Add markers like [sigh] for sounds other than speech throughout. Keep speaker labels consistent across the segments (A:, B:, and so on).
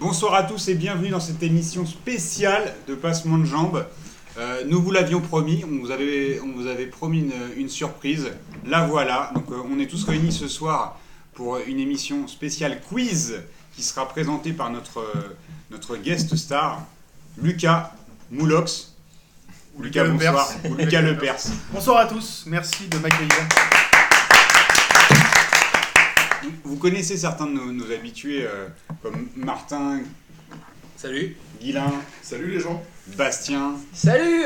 A: Bonsoir à tous et bienvenue dans cette émission spéciale de Passement de Jambes. Euh, nous vous l'avions promis, on vous avait, on vous avait promis une, une surprise. La voilà. Donc euh, on est tous réunis ce soir pour une émission spéciale quiz qui sera présentée par notre, euh, notre guest star, Lucas Moulox.
B: Ou
A: Lucas,
B: Lucas Lepers.
A: bonsoir. Ou Lucas Lepers.
B: Bonsoir à tous, merci de m'accueillir.
A: Vous connaissez certains de nos, nos habitués euh, comme Martin,
C: Salut.
A: Guilain,
B: Salut les gens.
A: Bastien,
C: Salut.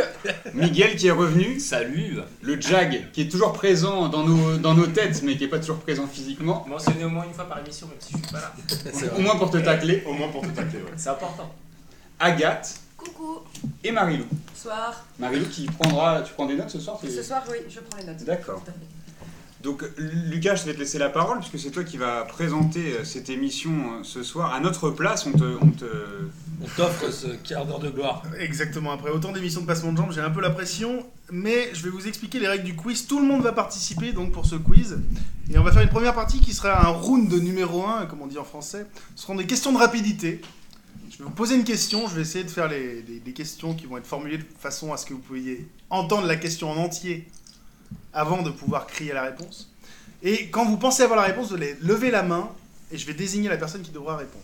A: Miguel qui est revenu,
C: Salut.
A: le Jag qui est toujours présent dans nos, dans nos têtes mais qui n'est pas toujours présent physiquement,
D: Mentionné au moins une fois par émission, même si je suis pas là.
A: au moins pour te tacler,
B: Au moins pour te tacler, ouais.
D: C'est important.
A: Agathe
E: Coucou,
A: et Marilou.
E: soir.
A: Marilou qui prendra. Tu prends des notes ce soir c'est-
E: Ce soir, oui, je prends les notes.
A: D'accord. Donc Lucas, je vais te laisser la parole puisque c'est toi qui vas présenter euh, cette émission euh, ce soir. À notre place, on te, on te-
C: On t'offre ce quart d'heure de gloire.
B: Exactement, après autant d'émissions de passement de jambes, j'ai un peu la pression, mais je vais vous expliquer les règles du quiz. Tout le monde va participer donc pour ce quiz. Et on va faire une première partie qui sera un round de numéro 1, comme on dit en français. Ce seront des questions de rapidité. Je vais vous poser une question, je vais essayer de faire les, les- les questions qui vont être formulées de façon à ce que vous puissiez entendre la question en entier avant de pouvoir crier la réponse. Et quand vous pensez avoir la réponse, vous allez lever la main et je vais désigner la personne qui devra répondre.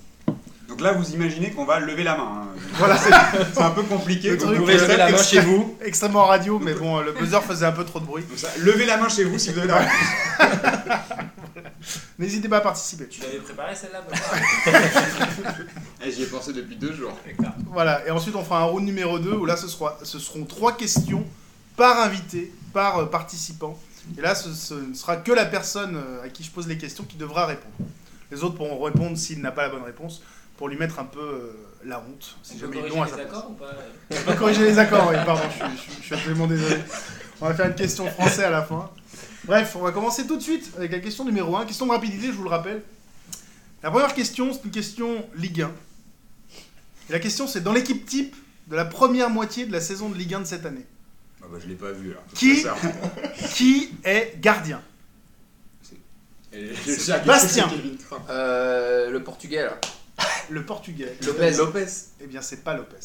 A: Donc là, vous imaginez qu'on va lever la main. [laughs] hein.
B: Voilà, c'est
A: C'est un peu compliqué.
B: Le
A: donc
B: truc,
A: vous
C: Vous
A: pouvez
B: euh,
C: levez
A: faire
C: la main
A: extra-
C: chez vous.
B: extrêmement radio, mais bon, euh, le buzzer faisait un peu trop de bruit.
A: comme ça. Levez la main chez vous si [laughs] vous avez la réponse.
B: N'hésitez pas à participer.
D: Tu l'avais préparé celle-là bah,
A: Eh, J'y ai pensé depuis deux jours.
B: Voilà, et ensuite on fera un round numéro 2 où là ce, sera, ce seront trois questions par invité, par euh, participant. Et là ce, ce ne sera que la personne euh, à qui je pose les questions qui devra répondre. Les autres pourront répondre s'il n'a pas la bonne réponse pour lui mettre un peu euh, la honte. Si
D: On
B: jamais
D: peut corriger
B: il est long à
D: les
B: sa place.
D: accords ou pas
B: On va corriger les accords, oui, pardon, je, suis- je suis- je suis absolument désolé. On va faire une question français à la fin. Bref, on va commencer tout de suite avec la question numéro 1. Question de rapidité, je vous le rappelle. La première question, c'est une question Ligue 1. Et la question, c'est dans l'équipe type de la première moitié de la saison de Ligue 1 de cette année.
A: Ah bah, je l'ai pas vu là.
B: Qui
A: Ça, ça.
B: Qui est gardien
A: Et le Jag-
B: Bastien.
A: Kevin Trapp.
C: Euh, le portugais là.
B: Le portugais.
C: Lopez.
B: Eh bien, c'est pas Lopez.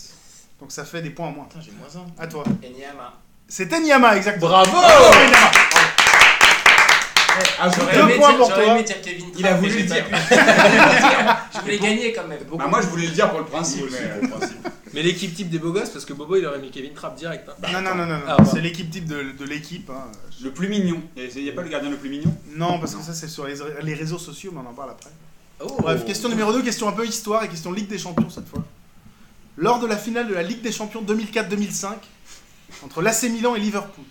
B: Donc ça fait des points en moins.
D: Putain, j'ai moins un.
B: À toi.
D: Enyama.
B: C'est Enyama, exactement.
C: Bravo.
A: Ah, vous-
D: J'aurais
B: Deux
D: aimé
B: points
D: dire-
B: pour
D: j'aurais
B: toi.
D: aimé dire Kevin
A: Il a
D: Trapp,
A: voulu
D: mais j'ai
A: dire.
C: [laughs]
D: pas pu. Je voulais gagner quand même.
A: Bah, moi, je voulais le dire pour le principe. mais, euh,
C: Mais l'équipe type des beaux gosses, parce que Bobo il aurait mis Kevin Trapp direct. hein.
B: Non, non, non, non, non.
C: Ah, pardon.
B: c'est l'équipe type de, de l'équipe. hein.
A: Le plus mignon. Il n'y a pas le gardien le plus mignon
B: Non, parce que
A: Non.
B: ça, c'est sur les, les réseaux sociaux, mais on en parle après.
C: Oh.
B: Bref, question numéro 2, question un peu histoire et question Ligue des Champions cette fois. Lors de la finale de la Ligue des Champions 2004-2005, entre l'AC Milan et Liverpool,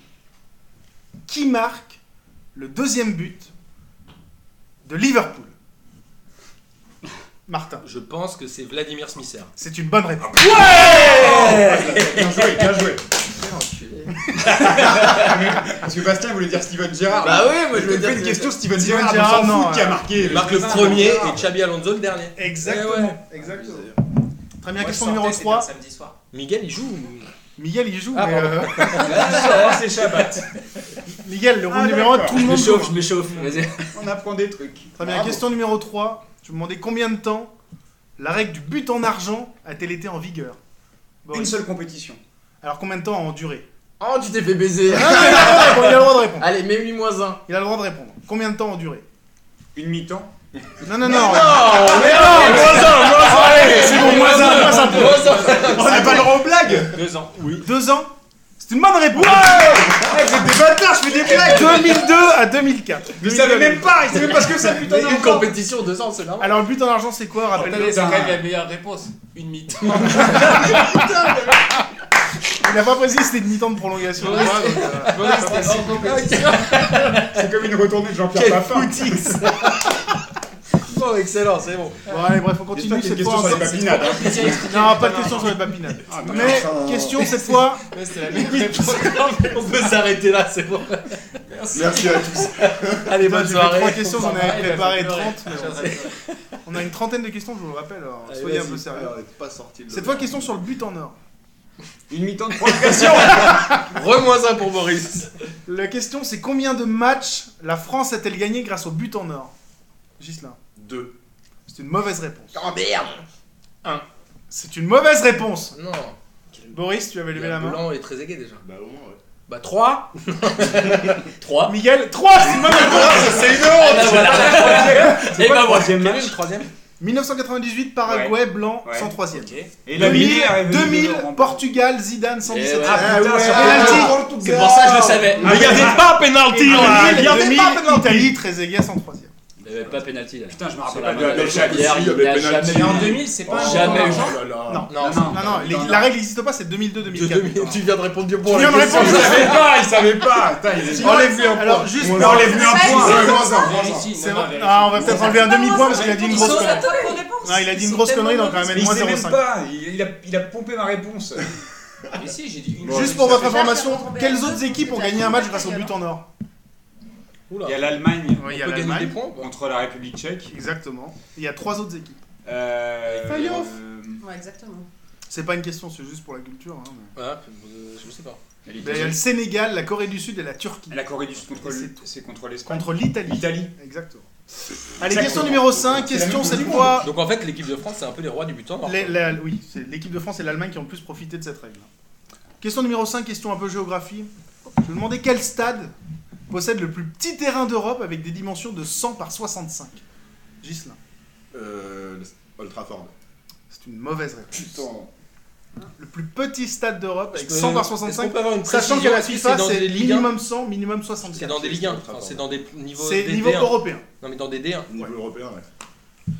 B: qui marque le deuxième but de Liverpool [laughs] Martin,
C: Je pense que c'est Vladimir Smisser.
B: c'est une bonne réponse.
A: Bien joué, bien joué. [laughs] Parce que Bastien voulait dire Steven
F: Ah
A: Gerrard.
C: Bah oui, moi je veux
A: J'ai
C: dire.
A: fait une
C: que-
A: question Steven
B: Steven
A: Gerrard,
B: Gerrard,
A: on s'en
B: non,
A: fout qui a
B: ouais.
A: marqué.
C: Il marque le premier
D: Ah.
C: et Xabi Alonso le dernier. Eh ouais.
B: exactement.
C: Abusé.
B: Très bien,
D: Moi,
B: question
D: je
B: numéro
D: sortais, c'était
B: 3.
D: un samedi soir.
C: Miguel il joue. ou-
B: Miguel, il joue,
C: Ah,
B: mais,
C: pardon.
B: euh,
D: Ah,
A: c'est Shabbat.
B: Miguel, le rond
A: Ah,
B: numéro 1,
A: d'accord.
B: tout le
C: Je
B: monde joue.
C: m'échauffe, je m'échauffe. Vas-y.
A: On apprend des trucs.
B: Très bien,
A: Bravo.
B: question numéro 3. Je me demandais combien de temps la règle du but en argent a-t-elle été en vigueur
A: Une
B: Boris.
A: seule compétition.
B: Alors combien de temps en durée
F: Oh, tu t'es fait baiser
B: Non, non, non, non, non, Ah, Il a le droit de répondre.
F: Allez, mets 8 moins 1.
B: [laughs] Il a le droit de répondre. Combien de temps en durée
A: Une mi-temps.
B: Non, non, non. Ah,
C: C'est bon, moins un, moins un.
A: On n'a pas le droit aux blagues
D: Deux ans.
B: Deux ans C'est une bonne réponse. Eh,
A: C'est des bâtards, je fais des blagues
B: 2002 à 2004.
A: Ils savaient même pas, ils savaient même pas ce que ça putain
F: Mais une
A: d'enfant.
F: compétition, 200, c'est normal.
B: Alors le but en argent c'est quoi Rappelle-le.
D: Rappelez, c'est quand même la meilleure réponse. Une mythe.
B: Il n'a pas précisé c'était une mi-temps de prolongation.
C: Ouais,
B: Ouais, donc, euh,
D: C'était hors compétition.
A: C'est comme une retournée de Jean-Pierre
C: Quel
A: Papin.
C: footix Oh, excellent, c'est bon.
B: Bon allez bref on
A: J'espère
B: continue
A: qu'il y a une
B: cette
A: question
B: fois.
A: sur les
B: encore-
A: papinades. hein.
B: Non pas de question sur les papinades.
A: Ah, merde.
B: Mais question cette fois.
D: Ouais, C'était la meilleure réponse.
C: On peut s'arrêter là, c'est bon.
F: Merci à tous.
C: Allez, bonne
B: J'ai fait trois
C: soirée.
B: questions j'en
D: Ah,
B: avais
D: il m'a
B: préparé
D: fait pleurer.
B: 30. mais bon.
D: Ah, j'ai raison.
B: On a une trentaine de questions je vous le rappelle alors
C: Allez,
B: soyez un
C: vas-y.
B: peu sérieux.
F: pas sorti de
B: Cette fois question sur le but en or.
A: Une mi-temps de prolongation.
C: Re moins un pour Boris.
B: La question c'est combien de matchs la France a-t-elle gagné grâce au but en or Gislain.
F: 2.
B: C'est une mauvaise réponse.
F: Oh merde
B: C'est une mauvaise réponse.
C: Non.
B: Boris, tu avais levé la main.
C: Blanc est très aigué déjà.
F: Bah, au moins, ouais.
C: Bah 3 3
B: Miguel, 3, c'est une bonne réponse.
F: c'est une honte Eh
A: C'est
F: bah,
A: quoi le
D: voilà.
A: troisième match
C: le troisième
B: 1998, Paraguay, blanc,
A: Ouais.
B: 103 e
A: Et la
B: 2000,
A: Miller est venue de
B: 2000,
A: Laurent Blanc.
B: Portugal, Zidane, 117
C: ouais.
B: Ah,
A: Ah putain, c'est
B: Penalty.
A: vrai.
D: C'est pour ça que je
C: Oh.
D: le savais.
A: Ah,
D: Mais
A: il y avait
C: pas pénalty
A: là.
B: Il y avait pas
A: Italie.
B: penalty. Italie, Trezeguet, 103 e
E: Il n'y avait pas pénalty là.
A: Putain, je me
E: Sur
A: rappelle
E: la
A: pas.
E: main
F: de
E: de Javier,
F: Xavi, Ah, il y
E: il
F: avait
E: n'a
F: pénalty.
E: jamais-
D: en 2000, c'est pas un
E: Jamais
D: jamais.
E: eu.
F: Oh là là.
B: Non.
C: Non,
B: Non,
C: non.
B: non, les- la règle n'existe pas, c'est 2002-2004.
F: Tu viens de répondre Dieu pour
B: Tu
F: la
B: viens de
F: question.
A: Il
B: répondre.
A: savait pas, il savait pas. Putain, il est-
B: Enlève-lui un point. Alors, juste.
A: On enlève lui un point.
F: Ouais, moins un, moins un.
D: Vérifie,
B: C'est
D: non, non,
B: vrai.
D: vérifie.
B: Ah, on va peut-être enlever un demi-point parce qu'il a dit une
D: Ils
B: grosse
D: sont
B: connerie.
D: attendus pour réponse.
B: Non, il a dit
D: Ils
B: une
D: sont
B: grosse
D: tellement
B: connerie, donc
D: mauvais.
B: quand même
A: Mais il
B: moins
A: sait même
B: 0,5.
A: pas. Il il a, il a pompé ma réponse.
D: Mais si, j'ai dit une
A: Bon,
B: Juste pour votre
G: ça fait
B: information,
G: cher, ça fait
B: quelles
G: cher.
B: autres équipes ont
G: Ça fait
B: gagné
G: cher.
B: un match grâce au but en or
C: Oula.
A: Il y a l'Allemagne
B: Oui,
C: On peut gagner des points ou pas
A: contre la République tchèque.
B: Exactement. Il y a trois autres équipes.
A: Euh,
B: Playoff.
A: euh,
G: Ouais, exactement.
B: C'est pas une question, c'est juste pour la culture. hein, mais-
C: Ouais, euh, je sais pas.
A: elle
B: Ben, Il y a le
A: était-
B: Sénégal, la Corée du Sud et la Turquie.
A: La Corée du Sud contre
B: Et
A: le-
B: c'est tout.
A: c'est contre l'Espagne.
B: Contre l'Italie.
A: L'Italie.
B: Exactement. Allez,
A: Exactement.
B: question numéro 5.
A: C'est la
B: Question
A: même Coupe
B: cette
A: du
B: fois.
C: Donc en fait, l'équipe de France, c'est un peu les rois du buton.
B: les- la- oui, c'est l'équipe de France et l'Allemagne qui ont le plus profité de cette règle. Question numéro 5, question un peu géographie. Je vais demander quel stade possède le plus petit terrain d'Europe avec des dimensions de 100 par 65 Gislin,
F: Euh, le- Old Trafford.
B: c'est une mauvaise réponse.
A: Putain.
B: Le plus petit stade d'Europe avec 100 par 65,
C: peut avoir une
B: sachant que
C: précision
B: la
C: Est-ce c'est
B: FIFA
C: dans des
B: c'est
C: Ligue 1
B: minimum 100, minimum
C: C'est
B: 64.
C: dans des Ligue 1. Enfin, c'est dans des niveaux
B: C'est
C: des
B: niveau
C: D1.
B: européen.
C: Non, mais dans des D1.
F: Niveau européen, ouais.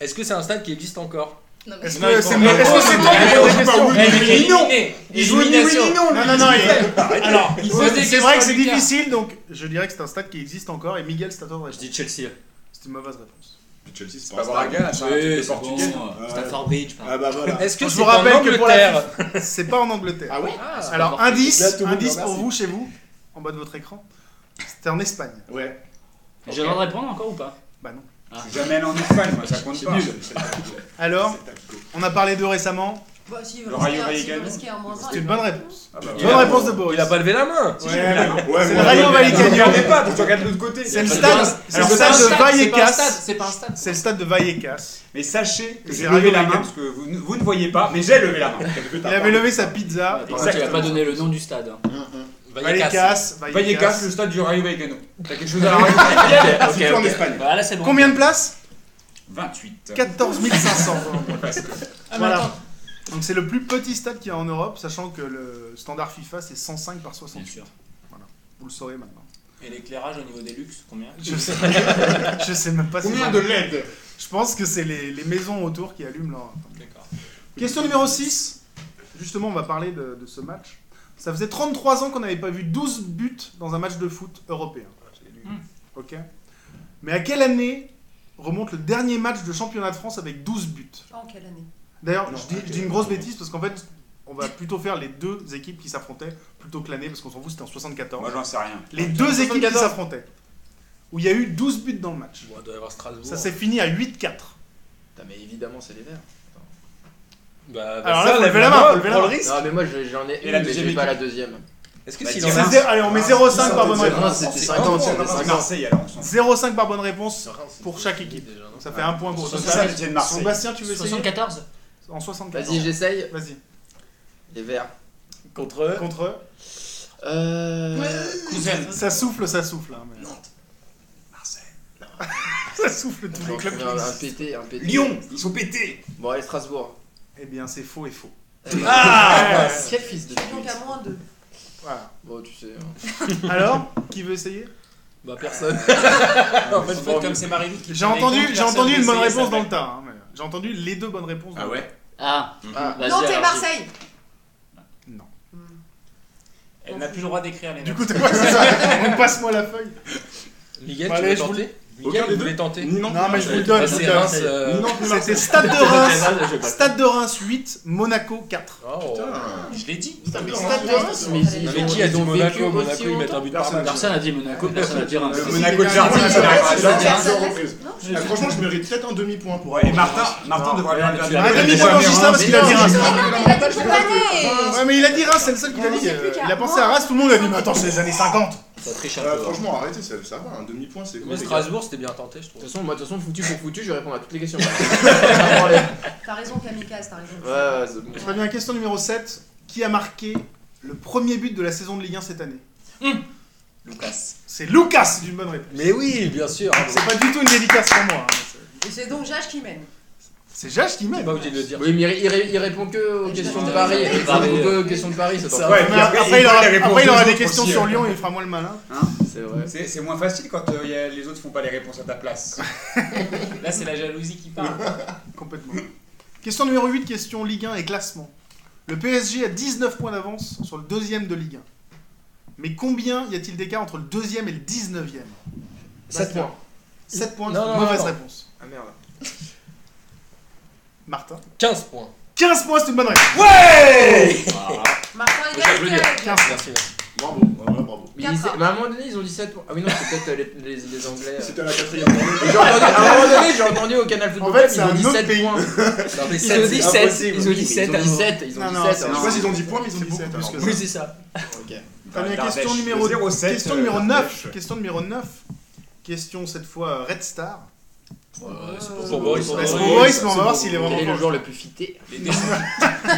C: Est-ce que c'est un stade qui existe encore
G: Non, mais
B: Est-ce
A: Non,
B: que
A: ils
B: c'est
A: font-
B: est-ce que c'est toi qui poses des questions
D: Mais il est
A: Non.
D: éliminé.
A: Il joue ni oui
D: Élimination.
A: ni non.
B: Non, non, non, il- [laughs] alors,
D: Il pose des
B: c'est
D: questions,
B: vrai que c'est
D: Lucas.
B: difficile, donc je dirais que c'est un stade qui existe encore. Et Miguel, c'est à toi de
E: Je
B: répondre.
E: dis Chelsea.
B: C'est une mauvaise réponse.
F: Puis Chelsea, c'est
A: Pas
F: pas un
A: Braga, c'est un truc de
E: c'est
A: portugais.
E: bon.
F: Ouais.
E: Stamford Bridge, pardon.
F: Ah bah voilà.
C: Est-ce que
B: Je
C: c'est
B: vous
C: en
B: rappelle que pour la
C: Angleterre
B: C'est pas en Angleterre.
F: Ah ouais
C: Ah, c'est
B: alors,
C: pas parti.
F: Là,
B: indice,
F: tout le monde,
B: indice pour
F: merci.
B: vous, chez vous, en bas de votre écran. C'était en Espagne.
F: Ouais.
E: J'ai le droit de répondre encore ou pas
B: Bah non.
A: Je suis jamais allé en Espagne, moi, ça compte pas. Ah
B: Alors, on a parlé d'eux récemment.
G: Bah, si,
A: Le
G: le
A: Rayo
G: risquer, si,
A: Vallecano.
G: le risquer en moins un.
B: C'est une bonne réponse.
A: Ah bah,
C: Il
B: bonne
C: a-
B: réponse de Boris.
C: Il a pas levé la main
A: Ouais, ouais, ouais.
B: C'est le Rayo
A: Tu
B: Vallecano.
A: regardais pas, tu regardes de l'autre côté.
B: C'est le
E: pas de
B: stade,
E: bonne-
B: c'est le
A: c'est pas
B: stade
A: un
B: de
D: Vallecas.
B: Vallecas.
D: C'est pas un stade.
B: C'est le stade de Vallecas.
A: Mais sachez que
B: C'est
A: j'ai
B: Rayo
A: levé la main
B: Vallecano.
A: parce que vous, ne- vous ne voyez pas, mais j'ai levé la main.
B: Il avait levé sa pizza.
E: Par contre, il n'a
A: Exactement.
E: pas donné le nom du stade. hein.
B: Vallecas.
A: Vallecas, le stade du Rayo Vallecano. T'as quelque chose à rajouter
F: C'est en Espagne.
E: Bah, là, c'est bon.
B: Combien de places
A: 28.
B: 14 500.
D: Ah, mais
B: Voilà. Donc c'est le plus petit stade qu'il y a en Europe, sachant que le standard FIFA c'est 105 par
E: Bien
B: 68.
E: sûr.
B: Vous le saurez maintenant.
D: Et l'éclairage au niveau des luxes, combien
H: Ah,
B: Je sais, je sais [laughs] même pas. si
A: Combien
B: c'est
A: de
B: vrai.
A: LED
B: Je pense que c'est les, les maisons autour qui allument leur.
D: D'accord.
B: Question numéro 6. Justement, on va parler de, de ce match. Ça faisait 33 ans qu'on n'avait pas vu 12 buts dans un match de foot européen. Hmm. Ok. Mais à quelle année remonte le dernier match de championnat de France avec 12 buts
G: En quelle année
B: D'ailleurs,
F: Non,
B: je dis,
F: ok.
B: je dis une grosse bêtise parce qu'en fait, on va plutôt faire les deux équipes qui s'affrontaient plutôt que l'année parce qu'on s'en fout, c'était en 74.
A: Moi j'en sais rien.
B: les deux équipes qui s'affrontaient où il y a eu 12 buts dans le match.
C: Bon, il doit y avoir Strasbourg.
B: Ça s'est fini à 8-4.
F: Putain, mais évidemment, c'est les verts.
C: Bah, bah,
B: Alors
C: ça,
B: là, faut
C: lève
B: lever la main, faut lever la
C: prends
B: main.
C: le risque.
F: Non, mais moi je- j'en ai
A: Et
F: une,
A: la
F: mais
A: deuxième
F: j'ai pas
A: équipe.
F: la deuxième.
C: Est-ce que
A: Bah,
C: s'il en
A: tiens,
C: a
B: C'est zé- Allez, on met 0,5 par bonne
F: Saint-Étienne,
B: réponse.
F: C'était
A: C'est
F: 50,
A: on
F: il y
A: va
F: avait
A: à
F: 50.
A: Marseille alors. on s'en fout.
B: 0,5 par bonne réponse.
F: Reims,
B: Pour
F: c'est
B: chaque
F: solide
B: équipe.
F: déjà, non
B: Donc ça fait un point pour
A: C'est
B: ça.
A: ça, c'est de Marseille.
B: Bastien, tu veux essayer
E: 74
B: En 74.
F: Vas-y, j'essaye.
B: Vas-y.
F: Les verts.
C: contre eux
B: Contre eux.
F: Euh.
D: Cousin.
B: Ça souffle, ça souffle. hein, mais-
A: Marseille.
B: [laughs] ça souffle tous les
F: J'en
B: clubs.
F: trouve
B: qui
F: Un, un
B: existent.
F: pété, un pété.
A: Lyon, ils sont pétés.
F: Bon, allez, Strasbourg.
B: [laughs] Eh bien, c'est faux et faux.
F: Ah Quel fils de
G: Je suis donc à
F: pute.
G: moins 2.
B: Voilà.
F: Bon, tu sais. hein.
B: [laughs] Alors, qui veut essayer
C: Bah, personne.
D: En fait, vous faites comme c'est Marie-Lou qui
B: J'ai entendu, j'ai entendu une bonne réponse dans le
D: temps.
B: tas. hein, mais J'ai entendu les deux bonnes réponses. dans le
A: ouais
E: Ah,
F: Ah.
E: vas-y.
G: Non, t'es
E: alors,
G: Marseille
B: Non.
G: Hmm.
D: Elle n'a plus le droit d'écrire les
B: tas.
D: mêmes.
B: Du coup, t'es quoi [laughs] On passe-moi la feuille.
C: Miguel,
B: Bon,
C: tu
B: allez, je
C: veux
B: vous
C: tenter
F: Aucun
C: Miguel,
F: des
C: vous voulez tenter
F: Ni non,
B: Non, mais je vous le donne. je vous
C: Vas-y,
B: le donne.
C: Reims, euh,
B: C'était Stade de Reims.
E: je- je- je-
B: Stade de Reims 8, Monaco 4.
C: Oh.
D: Je l'ai dit.
F: Putain, mais
G: Le
F: Stade de Reims, mais
G: Stade de
F: ils-
G: Reims.
C: Mais qui
F: ils
C: a dit
F: ont
C: Monaco
F: vécu
C: Monaco,
F: aussi
C: ils mettent un but par match.
E: Personne n'a dit Monaco, personne n'a dit Reims.
A: Le
B: Si,
A: Monaco
B: si,
A: de Jardin,
B: si,
A: ils
B: si,
A: sont
B: si,
A: arrivés à
B: si,
A: la
G: si,
A: fin.
G: si, Non,
F: Ah, franchement, je mérite peut-être un demi-point pour.
A: Ouais, et Martin, Martin devrait
E: ouais,
A: avoir
E: tu
A: perdu.
E: l'as
B: Un
E: Mais
B: demi
E: jamais
B: point Gislain parce qu'il a dit Reims. Ouais, mais il a dit Reims, c'est le seul qui l'a
G: Non,
B: dit.
G: c'est
B: euh,
G: plus qu'à
B: Il a pensé
G: moi.
B: à Reims, tout le monde a dit
A: [laughs]
B: Mais attends, c'est les années 50.
E: Ça triche un peu.
F: Ah,
E: hein.
F: franchement, arrêtez, ça, ça va, un demi-point c'est
C: Moi,
F: cool. les gars. De
C: Strasbourg, c'était bien tenté, je
F: toute
C: trouve.
F: façon, moi, de toute façon, foutu pour foutu, je vais répondre à toutes les questions. Ça va, on les-
G: T'as raison, Camille. classe, t'as raison.
I: Ouais, ouais, c'est bon.
B: Je reviens à question numéro 7. Qui a marqué le premier but de la saison de Ligue 1 cette année
D: Lucas.
B: C'est Lucas d'une bonne réponse.
C: Mais oui, bien sûr. hein,
B: C'est pas du tout une dédicace pour moi. hein. C'est-
G: Et c'est donc Jage qui mène.
B: C'est Jage qui mène.
C: Pas obligé de le dire.
I: Oui, mais il, ré- il ré- il répond que aux
G: Je
I: questions
G: pense
I: de
G: que-
I: Paris.
G: Ouais,
I: Il
E: Paris,
I: répond que aux questions de Paris, ça
C: Ça
I: t'en-
C: va.
A: Ouais,
B: Mais après,
A: et
B: il aura,
A: les réponses
B: après, il
A: des
B: aura
A: autres
B: des questions
A: aussi,
B: sur
A: hein.
B: Lyon et il fera moins le malin.
I: C'est vrai.
A: C'est c'est moins facile quand euh, y a- les autres font pas les réponses à ta place.
D: Là, c'est la jalousie qui parle.
B: Complètement. Question numéro 8, question Ligue 1 et classement. Le PSG a 19 points d'avance sur le deuxième de Ligue 1. Mais combien y a-t-il d'écart entre le deuxième et le 19e
C: 7 points.
B: 7 points,
C: Non,
B: c'est une
C: non,
B: mauvaise
C: non, non.
B: réponse.
C: Ah merde.
B: Martin
C: 15 points.
B: 15 points, c'est une bonne réponse.
G: Martin
C: Je veux
G: égalité avec Jage.
C: Merci, merci.
F: Bravo, voilà, bravo.
I: Mais ils-
G: Quatre.
I: mais à un moment donné, ils ont dit 7 points. Ah oui, non, c'est peut-être les, les, les Anglais. euh.
F: C'était à la quatrième journée.
I: J'ai entendu, à un moment donné, j'ai entendu au Canal Football
B: En fait,
I: Club,
B: c'est
I: ils ont
B: un
I: dit
B: autre
I: 7
B: pays. [laughs]
I: points.
C: Non, mais
I: Ils ont
C: sept,
I: dit
C: c'est
I: 7.
C: impossible.
I: Ils ont dit 7. Ils ont dit 7. Ils
B: Non,
I: ont dit
B: non,
I: 7.
B: c'est-
F: Je sais pas s'ils ont 10 points, mais ils ont
B: C'est
F: dit
B: beaucoup
F: 7.
B: plus
F: alors.
B: que ça.
I: Oui, c'est ça.
B: Très bien,
A: Dardèche.
B: question numéro,
A: Le 07,
B: question
A: euh,
B: numéro 9.
A: Dardèche.
B: Question numéro 9. Question cette fois euh, Red Star.
C: Pour
G: Euh,
C: Boris, pour
B: Ouais, c'est
C: Boris.
B: pour Boris, mais on va voir s'il est
I: Quel est
B: vraiment
I: le
B: fort.
I: joueur le plus fité
D: Les déchets.
I: [laughs]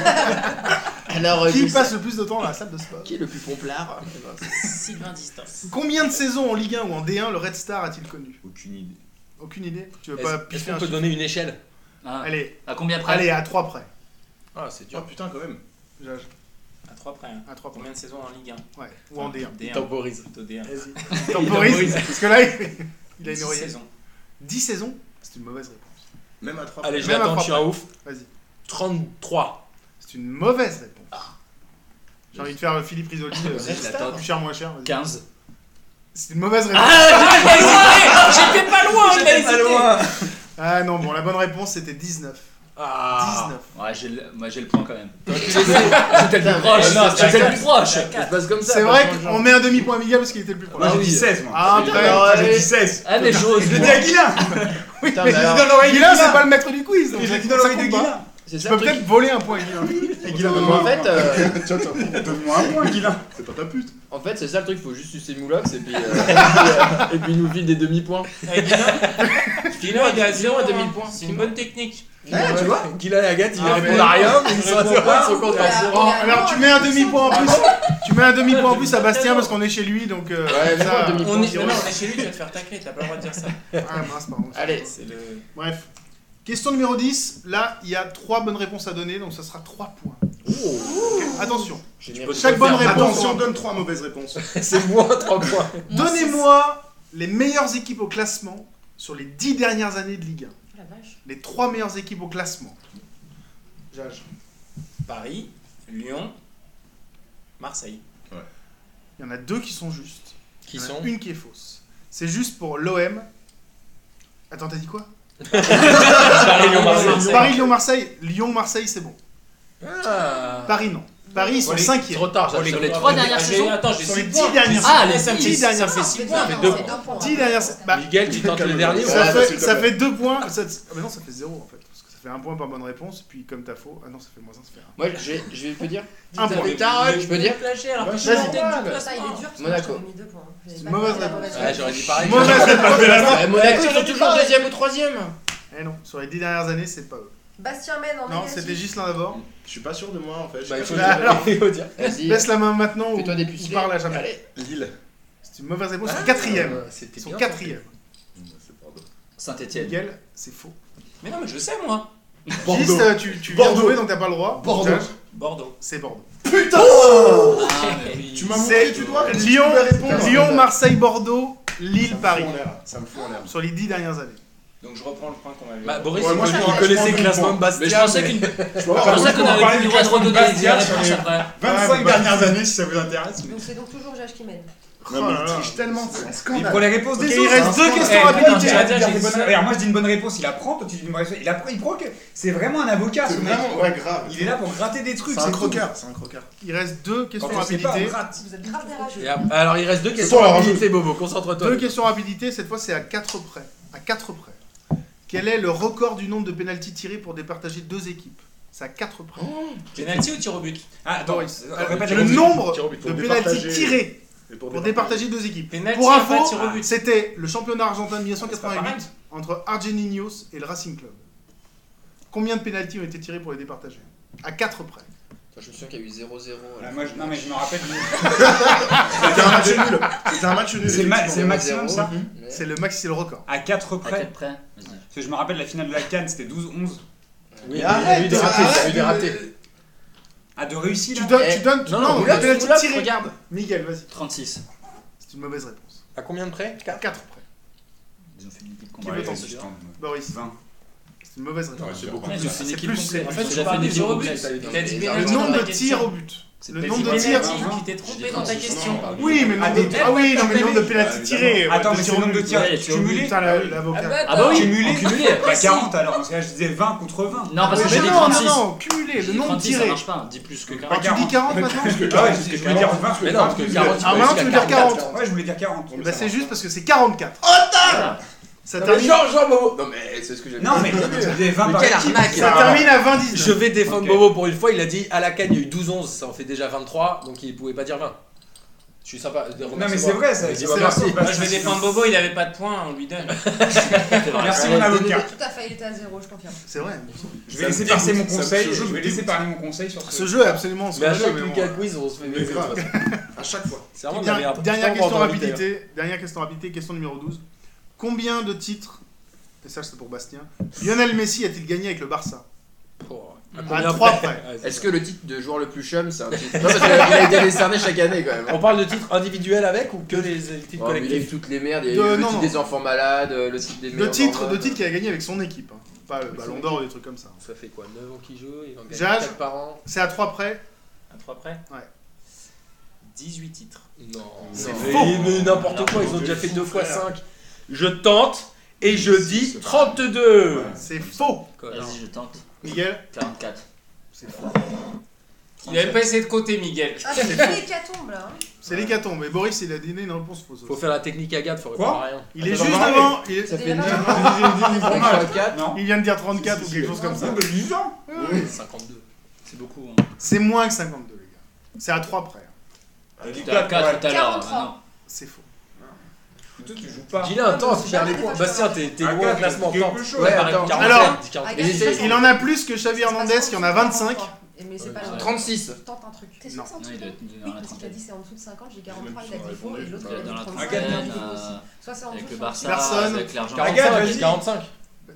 I: Alors, euh,
B: Qui
I: je-
B: passe le plus de temps dans la salle de sport
I: qui est le plus pomplard Eh ben, c'est-
D: Sylvain Distance.
B: Combien de saisons en Ligue 1 ou en D1 le Red Star a-t-il connu
F: Aucune idée.
B: Aucune idée Tu veux
C: Est-ce
B: pas
C: est-ce
B: piffer
C: qu'on
B: un
C: peut
B: chiffre
C: donner une échelle
E: Ah,
B: Allez,
E: À combien près
B: allez, à 3 près.
C: Ah, c'est
F: Ah
C: dur.
F: putain, quand même.
B: Jage,
D: À 3 près. hein.
B: À 3 près.
D: Combien de saisons en Ligue 1
B: Ouais, ou en
D: [laughs]
B: D1.
D: D1.
C: Temporise.
D: Plutôt D1.
B: Temporise, parce que là, il, il a une
D: Six
B: oreille.
D: saisons.
B: 10 saisons C'est une mauvaise réponse.
F: Même à 3
C: Allez, je
B: Même
C: l'attends,
B: après.
C: je suis un ouf.
B: Vas-y.
C: 33.
B: C'est une mauvaise réponse. J'ai envie de faire euh, Philippe Risoli, euh,
E: Vas-y, je l'attends.
B: plus cher, moins cher. vas-y.
E: 15.
B: C'est une mauvaise réponse.
D: Ah, il a hésité J'étais pas
B: Oh,
D: loin, il a hésité
B: Ah non, bon, la bonne réponse c'était 19.
C: Ah.
B: 19.
E: Ouais, j'ai le... moi j'ai le point quand même. [laughs]
I: C'était le plus proche.
D: non,
I: C'était
D: c'est
I: le
D: la
I: plus proche. Ça se passe comme ça.
B: C'est
I: pas
B: vrai
I: sur le genre.
B: qu'on met un demi-point à Miguel parce qu'il était le plus proche.
A: Moi j'ai
I: oui.
A: dit 16 moi.
B: Ah,
I: putain,
B: après,
I: alors,
A: J'ai
I: ouais.
A: dit 16.
E: Ah, mais j'ose.
A: Je l'ai
E: moi.
A: dit à Guilin
B: [laughs] oui,
I: Putain,
B: mais
I: mais alors-
A: dans l'oreille de
B: Guilain, Ah. c'est
A: Guilin.
B: pas le maître du quiz. donc
A: Je l'ai dit dans
B: ça
A: l'oreille de
B: compte pas.
A: Guilin
I: C'est
B: Tu
I: ça
B: peux
I: le truc.
B: peut-être voler un point à Guilain.
A: Et Guilin
I: Donc, En
A: donne-moi un
I: fait,
A: point.
I: euh,
F: Tiens, tiens, prends-
A: Donne-moi un point Guilin
F: c'est pas ta pute.
I: en fait, c'est ça le truc. Faut juste sucer Moulox et puis euh, et puis, euh, et puis il nous file des demi-points.
D: Eh, Guilin, Guilin, il est à 0
I: à
D: à
I: 2000
D: 2000
I: points.
D: C'est une bonne technique.
C: Eh,
I: tu vois
C: Guilla et Agathe, ils
B: Ah,
C: répondent
B: mais-
C: à rien, mais ils
D: Ils
C: sont
D: répondent
C: heureux,
D: pas.
C: ils sont contents.
G: Ah,
B: Bon, alors tu mets un demi-point en plus. Tu mets un demi-point en plus à Bastien parce qu'on est chez lui donc. euh,
I: Ouais, mets-moi un demi-point.
D: On est,
I: Zéro.
D: non, non, on est chez lui, tu vas te faire tacler, t'as pas le droit de dire ça.
B: Ah mince, pardon.
I: Allez.
D: C'est le.
B: Bref. Question numéro 10. Là, il y a 3 bonnes réponses à donner donc ça sera 3 points. Attention. Chaque bonne réponse.
F: Attention, donne 3 mauvaises réponses.
C: C'est moins 3 points.
G: Moi,
B: Donnez-moi les meilleures équipes au classement sur les 10 dernières années de Ligue 1.
G: c'est- La vache.
B: Les 3 meilleures équipes au classement. Jage.
D: Paris, Lyon, Marseille.
B: Il y en a deux qui sont justes.
C: Qui
B: Il y en a
C: sont
B: Une qui est fausse. C'est juste pour l'OM. Attends, t'as dit quoi
C: Paris, Lyon,
D: Marseille.
B: Paris, Lyon, Marseille. Lyon, Marseille, c'est bon.
C: Ah.
B: Paris, non. Paris, ils sont
I: Allez, C'est
B: 5e.
I: trop tard, ça,
C: les
I: sur les trois
C: trois
E: dernières
I: dernières.
D: Ah, j'ai eu- Attends, j'ai
B: Sur les
D: six
B: dix
D: points.
B: dernières
D: Ah,
B: saisons.
D: mais ça me
B: Dix
D: fait-
B: dernières
D: Ça fait
B: saisons.
D: 6 points, mais
G: Non,
D: deux
G: c'est
D: points.
G: deux points.
B: 10 dernières. Bah,
C: Miguel, tu tentes le dernier ou
B: ça,
F: Ouais,
B: fait,
F: s'il te
B: ça
F: plaît.
B: fait 2 points. Ça, ah, mais non, ça fait 0 en fait. Parce que ça fait 1 point par bonne réponse. Puis comme t'as faux. Ah non, ça fait moins 1, ça fait
I: Moi, j'ai- je vais te dire.
B: 1. 1 point.
I: Mais Tarek, je peux
D: [laughs]
I: dire
D: Plagier, alors que je suis
B: Vas-y.
D: en tête du
G: Ça, il est
D: classement.
G: dur parce que
I: Monaco.
G: j'ai mis deux points. J'avais
B: C'est
G: pas
B: une mauvaise
G: mis la mauvaise
C: Ah, j'aurais dit pareil. [laughs]
B: Mauvaise réponse.
I: Ouais, Monaco, ils sont toujours deuxième ou troisième.
B: Eh non, sur les 10 dernières années, c'est pas eux.
G: Bastien mène en
B: Non,
G: négatif.
B: c'était Gislain d'abord.
F: Je suis pas sûr de moi en fait.
C: Bah, il faut
B: Bah, alors.
C: dire. Il faut dire.
I: Vas-y.
B: Baisse la main maintenant ou,
I: Fais-toi des
B: ou
I: pucelés.
B: parle à jamais.
I: Allez.
F: Lille.
B: C'est une mauvaise réponse. Ils sont 4e.
C: Euh, C'était
B: Ils sont
C: bien.
B: 4e.
F: C'est pas
E: Saint-Etienne.
B: Miguel, c'est faux.
D: Mais non, mais je sais, moi.
B: Juste, euh, tu, tu viens de
F: Bordeaux.
B: jouer donc t'as pas le droit.
F: Bordeaux.
B: Jage,
D: Bordeaux.
B: C'est Bordeaux.
E: Ah, mais oui.
F: Tu m'as
B: C'est
F: montré du doigt comme si tu
B: Lyon,
F: pouvais répondre.
B: Lyon, Marseille, Bordeaux, Lille,
F: Ça me
B: Paris.
F: fout en l'air, Ça me fout en l'air.
B: Sur les 10 dernières années.
D: Donc je reprends le point qu'on m'avait.
C: Bah, Boris,
F: Ouais,
C: il
F: moi,
C: connaît-
F: je
C: il
F: prends- je
C: connaissait le
F: prends
C: classement de
F: une
E: Mais je
C: Bastia.
E: pensais
C: mais-
E: qu'une.
F: Je
E: Je
F: vois,
E: pensais
F: par
E: qu'on
F: contre, on
E: avait
F: parlait
E: plus
F: du
E: le droit de
F: classement
E: redonner
F: de
E: les
F: Bastia, sur les
E: réponses après.
F: 25 dernières
A: bah,
F: années si ça vous intéresse.
G: Donc c'est donc toujours Jage qui mène.
F: Non,
B: Oh
F: mais
B: là
F: il
B: là.
F: triche tellement, c'est un
A: Il
F: scandale.
A: prend les réponses
B: Ok,
A: des
B: il
A: autres
B: reste
A: hein.
B: deux
A: Eh,
B: questions
A: toi,
B: rapides.
A: tu
D: Jage,
A: vas dire,
D: Jage,
A: des bonnes-
D: Jage.
A: Regarde, moi je dis une bonne réponse, il la prend, toi tu dis une bonne réponse, il la prend, il croque. C'est vraiment un avocat ce
F: C'est
A: mec.
F: vraiment, ouais, grave.
A: Il est là pour gratter des trucs,
F: C'est un
A: tout.
F: croqueur, c'est un croqueur.
B: Il reste deux
A: Quand
B: questions
A: on sait pas, on
B: rapidité.
A: gratte.
G: Vous êtes grave des rageux.
C: Et après- Alors, il reste deux questions.
F: toi, la
C: Il était Bobo, concentre-toi.
B: Deux questions rapidité, cette fois c'est à 4 près. À 4 près. Quel est le record du nombre de pénalties tirés pour départager deux équipes C'est à 4 près.
A: Oh,
D: Penalty ou tir au but
A: Ah, attends,
B: Boris.
A: euh,
B: Alors,
A: répète la
B: le
A: question.
B: nombre
F: Tiens, mais pour
B: de pénalties
F: départager-
B: tirées
F: mais
B: pour départager deux équipes.
D: Penalty
B: Pour
D: ou pas
B: info,
D: tir au but
B: c'était le championnat argentin de
D: C'est pas pareil.
B: 1988 entre Argentinos et le Racing Club. Combien de pénalties ont été tirés pour les départager À 4 près.
I: Enfin, je me souviens qu'il y a eu 0-0. à la
A: Voilà, moi, je-
I: fin.
A: non, mais je me rappelle.
F: C'était un match nul. C'était un match nul.
A: C'est le ma- c'est le
F: effectivement.
A: maximum, ça
I: Ouais.
B: C'est le max, c'est le record.
A: À 4
E: À
A: près.
E: 4 près. Vas-y.
A: Parce que je me rappelle, la finale de la Cannes, c'était 12-11.
F: Mais
I: Mais
F: arrête,
I: il y a eu des ratés, il y a eu des
F: arrête.
I: ratés.
A: Ah, de réussite,
B: Tu
A: là
B: donnes,
I: eh,
B: tu donnes, tu-
C: non, non, Moulin,
B: les pénalties
C: Moulin,
B: tirés.
C: regarde.
B: Miguel, vas-y.
E: 36.
B: C'est une mauvaise réponse.
C: À combien de près
B: 4 près.
E: Ils ont fait une petite
B: Qui veut
E: comparaison.
A: Ouais,
B: t'en
A: je
B: sortir
A: tente.
B: Boris,
A: 20.
B: c'est une mauvaise réponse.
F: c'est
E: Ouais,
F: beaucoup.
E: ils ont fait une
B: C'est
E: équipe
B: plus,
E: complète.
B: c'est-
D: En fait,
E: Ils ont
D: tu
E: déjà
D: parles
E: fait une
D: des
E: équipe
D: tirs au but.
E: complète.
D: Et T'as dit
I: Le
B: Le
D: pénalty dans
B: nombre
D: ta
B: de
D: question.
B: tirs au but.
E: C'est
B: Le
E: pas
B: nombre
E: une
B: de
E: équipe
B: tirs.
E: complète.
D: Pénalty, tu t'es trompé dans ta question.
B: Oui, mais le
A: Ah,
B: nombre de
A: des-
B: Ah oui, non, mais le nombre de
A: Ah,
B: pénalties tirées.
A: Attends, mais c'est
B: ouais, de
A: le
B: tirs au
A: nombre de
B: but.
A: tirs
E: Ouais, tirs au
A: cumulés.
B: Putain, la- l'avocat.
E: Ah bah oui,
A: Cumulé.
E: en cumulé.
A: Bah, 40 alors, parce que là, je disais 20 contre 20.
D: Ah,
E: Non, parce que
B: Ouais,
E: j'ai dit
B: mais non,
E: 36.
B: non, non, cumulé,
E: J'ai
B: le
E: dit
B: nombre
E: 36, ça
B: tiré.
E: marche pas. Dis plus que 40.
B: Ah, tu dis 40 maintenant
A: Ah ouais, je voulais dire 20.
I: Mais non, parce que 40,
B: Ah, maintenant, tu veux dire 40.
A: Ouais, je voulais dire 40.
B: Bah, c'est juste parce que c'est 44. Oh, Ça
I: Non, mais
B: termine
I: Jean, Jean Bobo Non, mais c'est ce que j'avais
A: Non, mais
I: dit.
A: je disais 20 par
C: Mais quelle
A: équipe.
C: arnaque
B: ça termine à 20
C: Je
B: 19
C: vais défendre
A: Ok.
C: Bobo pour une fois. Il a dit à la canne, il y a eu 12-11, ça en fait déjà 23, donc il pouvait pas dire 20. Je suis sympa.
A: Non, mais c'est vrai, ça.
C: Vas-y,
A: c'est
C: Bobo,
A: vrai,
C: merci.
A: c'est vrai.
D: Moi, je vais défendre Bobo, il avait pas de points, on lui donne.
A: Merci, mon avocat.
G: Tout à fait, il était à zéro,
B: [laughs]
G: je confirme.
B: C'est vrai.
A: Je
F: Ça
A: vais
F: me
A: laisser
F: dégoûte,
A: passer mon
F: ça me-
A: conseil.
F: ce
A: Je
F: jeu
A: vais
F: me
A: laisser
F: dégoûte.
A: parler mon conseil sur ce.
B: Ce jeu est absolument
C: Mais à
B: scandaleux.
C: chaque
B: mais bon,
C: Lucas
B: euh,
C: Quiz, on se fait
F: Mais grave.
I: À chaque fois.
C: C'est vraiment de la
B: Bien,
C: merde.
B: dernière
C: Putain, on
B: question
C: va en inviter,
B: rapidité. Dernière question rapidité, question numéro 12. Combien de titres, et ça c'est pour Bastien, Lionel Messi a-t-il gagné avec le Barça
C: là. Oh,
B: À
C: combien
B: 3 près.
C: Ouais, c'est
I: Est-ce
C: ça.
I: que le titre de joueur le plus chum, c'est un titre Non, parce qu'il a été décerné chaque année quand même.
C: On parle de titres individuels avec ou que les les titres
I: Oh, mais il y a eu
C: collectifs
I: toutes les merdes, il y
B: De-
I: a eu le
B: non,
I: titre
B: non.
I: des enfants malades, euh, le titre des
B: Deux
I: meilleurs
B: titres,
I: barman.
B: deux titres qu'il a gagné avec son équipe. hein. Pas le Ballon d'Or ou des trucs comme
I: euh.
B: ça.
C: Ça fait quoi 9 ans qu'il joue Il en gagne
B: Jage
C: 4 par an
B: C'est à 3 près.
D: À 3 près
B: Ouais.
D: 18 titres.
C: Non.
I: C'est
C: Mais-
B: faux.
C: Mais n'importe quoi, ils ont déjà fait 2 fois 5. Je tente et je dis 32
B: C'est faux.
E: Vas-y, je tente.
B: Miguel,
E: 44.
B: c'est faux.
D: Il n'avait pas essayé de compter, Miguel.
G: Ah, c'est une hécatombe là. hein.
B: C'est l'hécatombe. Mais Boris, il a donné une réponse fausse.
C: Faut faire la technique Agathe, faut
A: Quoi
C: répondre à rien.
B: Il est
I: Attends,
B: juste
I: attends,
B: devant. Il, est-
I: Ça fait
G: Il y en a
I: 9
G: un.
B: Ah,
A: Non.
B: il vient de dire 34 ou quelque chose comme ça.
A: Ah, bah, dis donc.
C: 52.
E: C'est beaucoup.
B: C'est moins que 52, les gars. C'est à 3 près. hein.
E: J'étais à 4 tout à l'heure.
G: 43.
E: Ah non.
B: C'est faux.
A: Toi, tu joues pas.
C: Dis-le intense, tu perds les points. Bastien, t'es t'es
A: Ah,
C: loin au
A: quatre,
C: classement.
A: quelque
C: tente.
A: chose.
I: Ouais,
C: Pareil,
I: attends.
C: 47,
B: Alors-
C: dis 47.
G: Ah, gars,
I: Et
G: c'est pas
I: j'essaie-
G: ça.
B: Il en a plus que Xavi
G: C'est pas
B: Hernandez,
G: ça,
B: qui en a Euh,
G: c'est pas
B: 25.
G: 43. Et Mais c'est pas
C: Ouais.
G: loin.
I: 36.
G: Tente un truc. T'es
B: Non.
G: sûr que c'est en
E: Non,
G: dessous
E: il
G: de
E: doit
G: Oui,
E: être dans la
G: parce qu'il a dit
E: trentaine.
G: c'est en dessous de 50, j'ai
F: même
G: 43, il a
F: plus sans
G: dit faux,
F: répondre,
G: et
F: je
G: l'autre
E: Il doit
G: il a
E: être
G: dit
E: dans la trentaine. euh,
G: 35. Soit c'est en dessous
E: Avec le
G: soit
E: Barça,
B: Personne.
E: avec l'argent.
A: Agathe, vas-y.
C: 45, 45.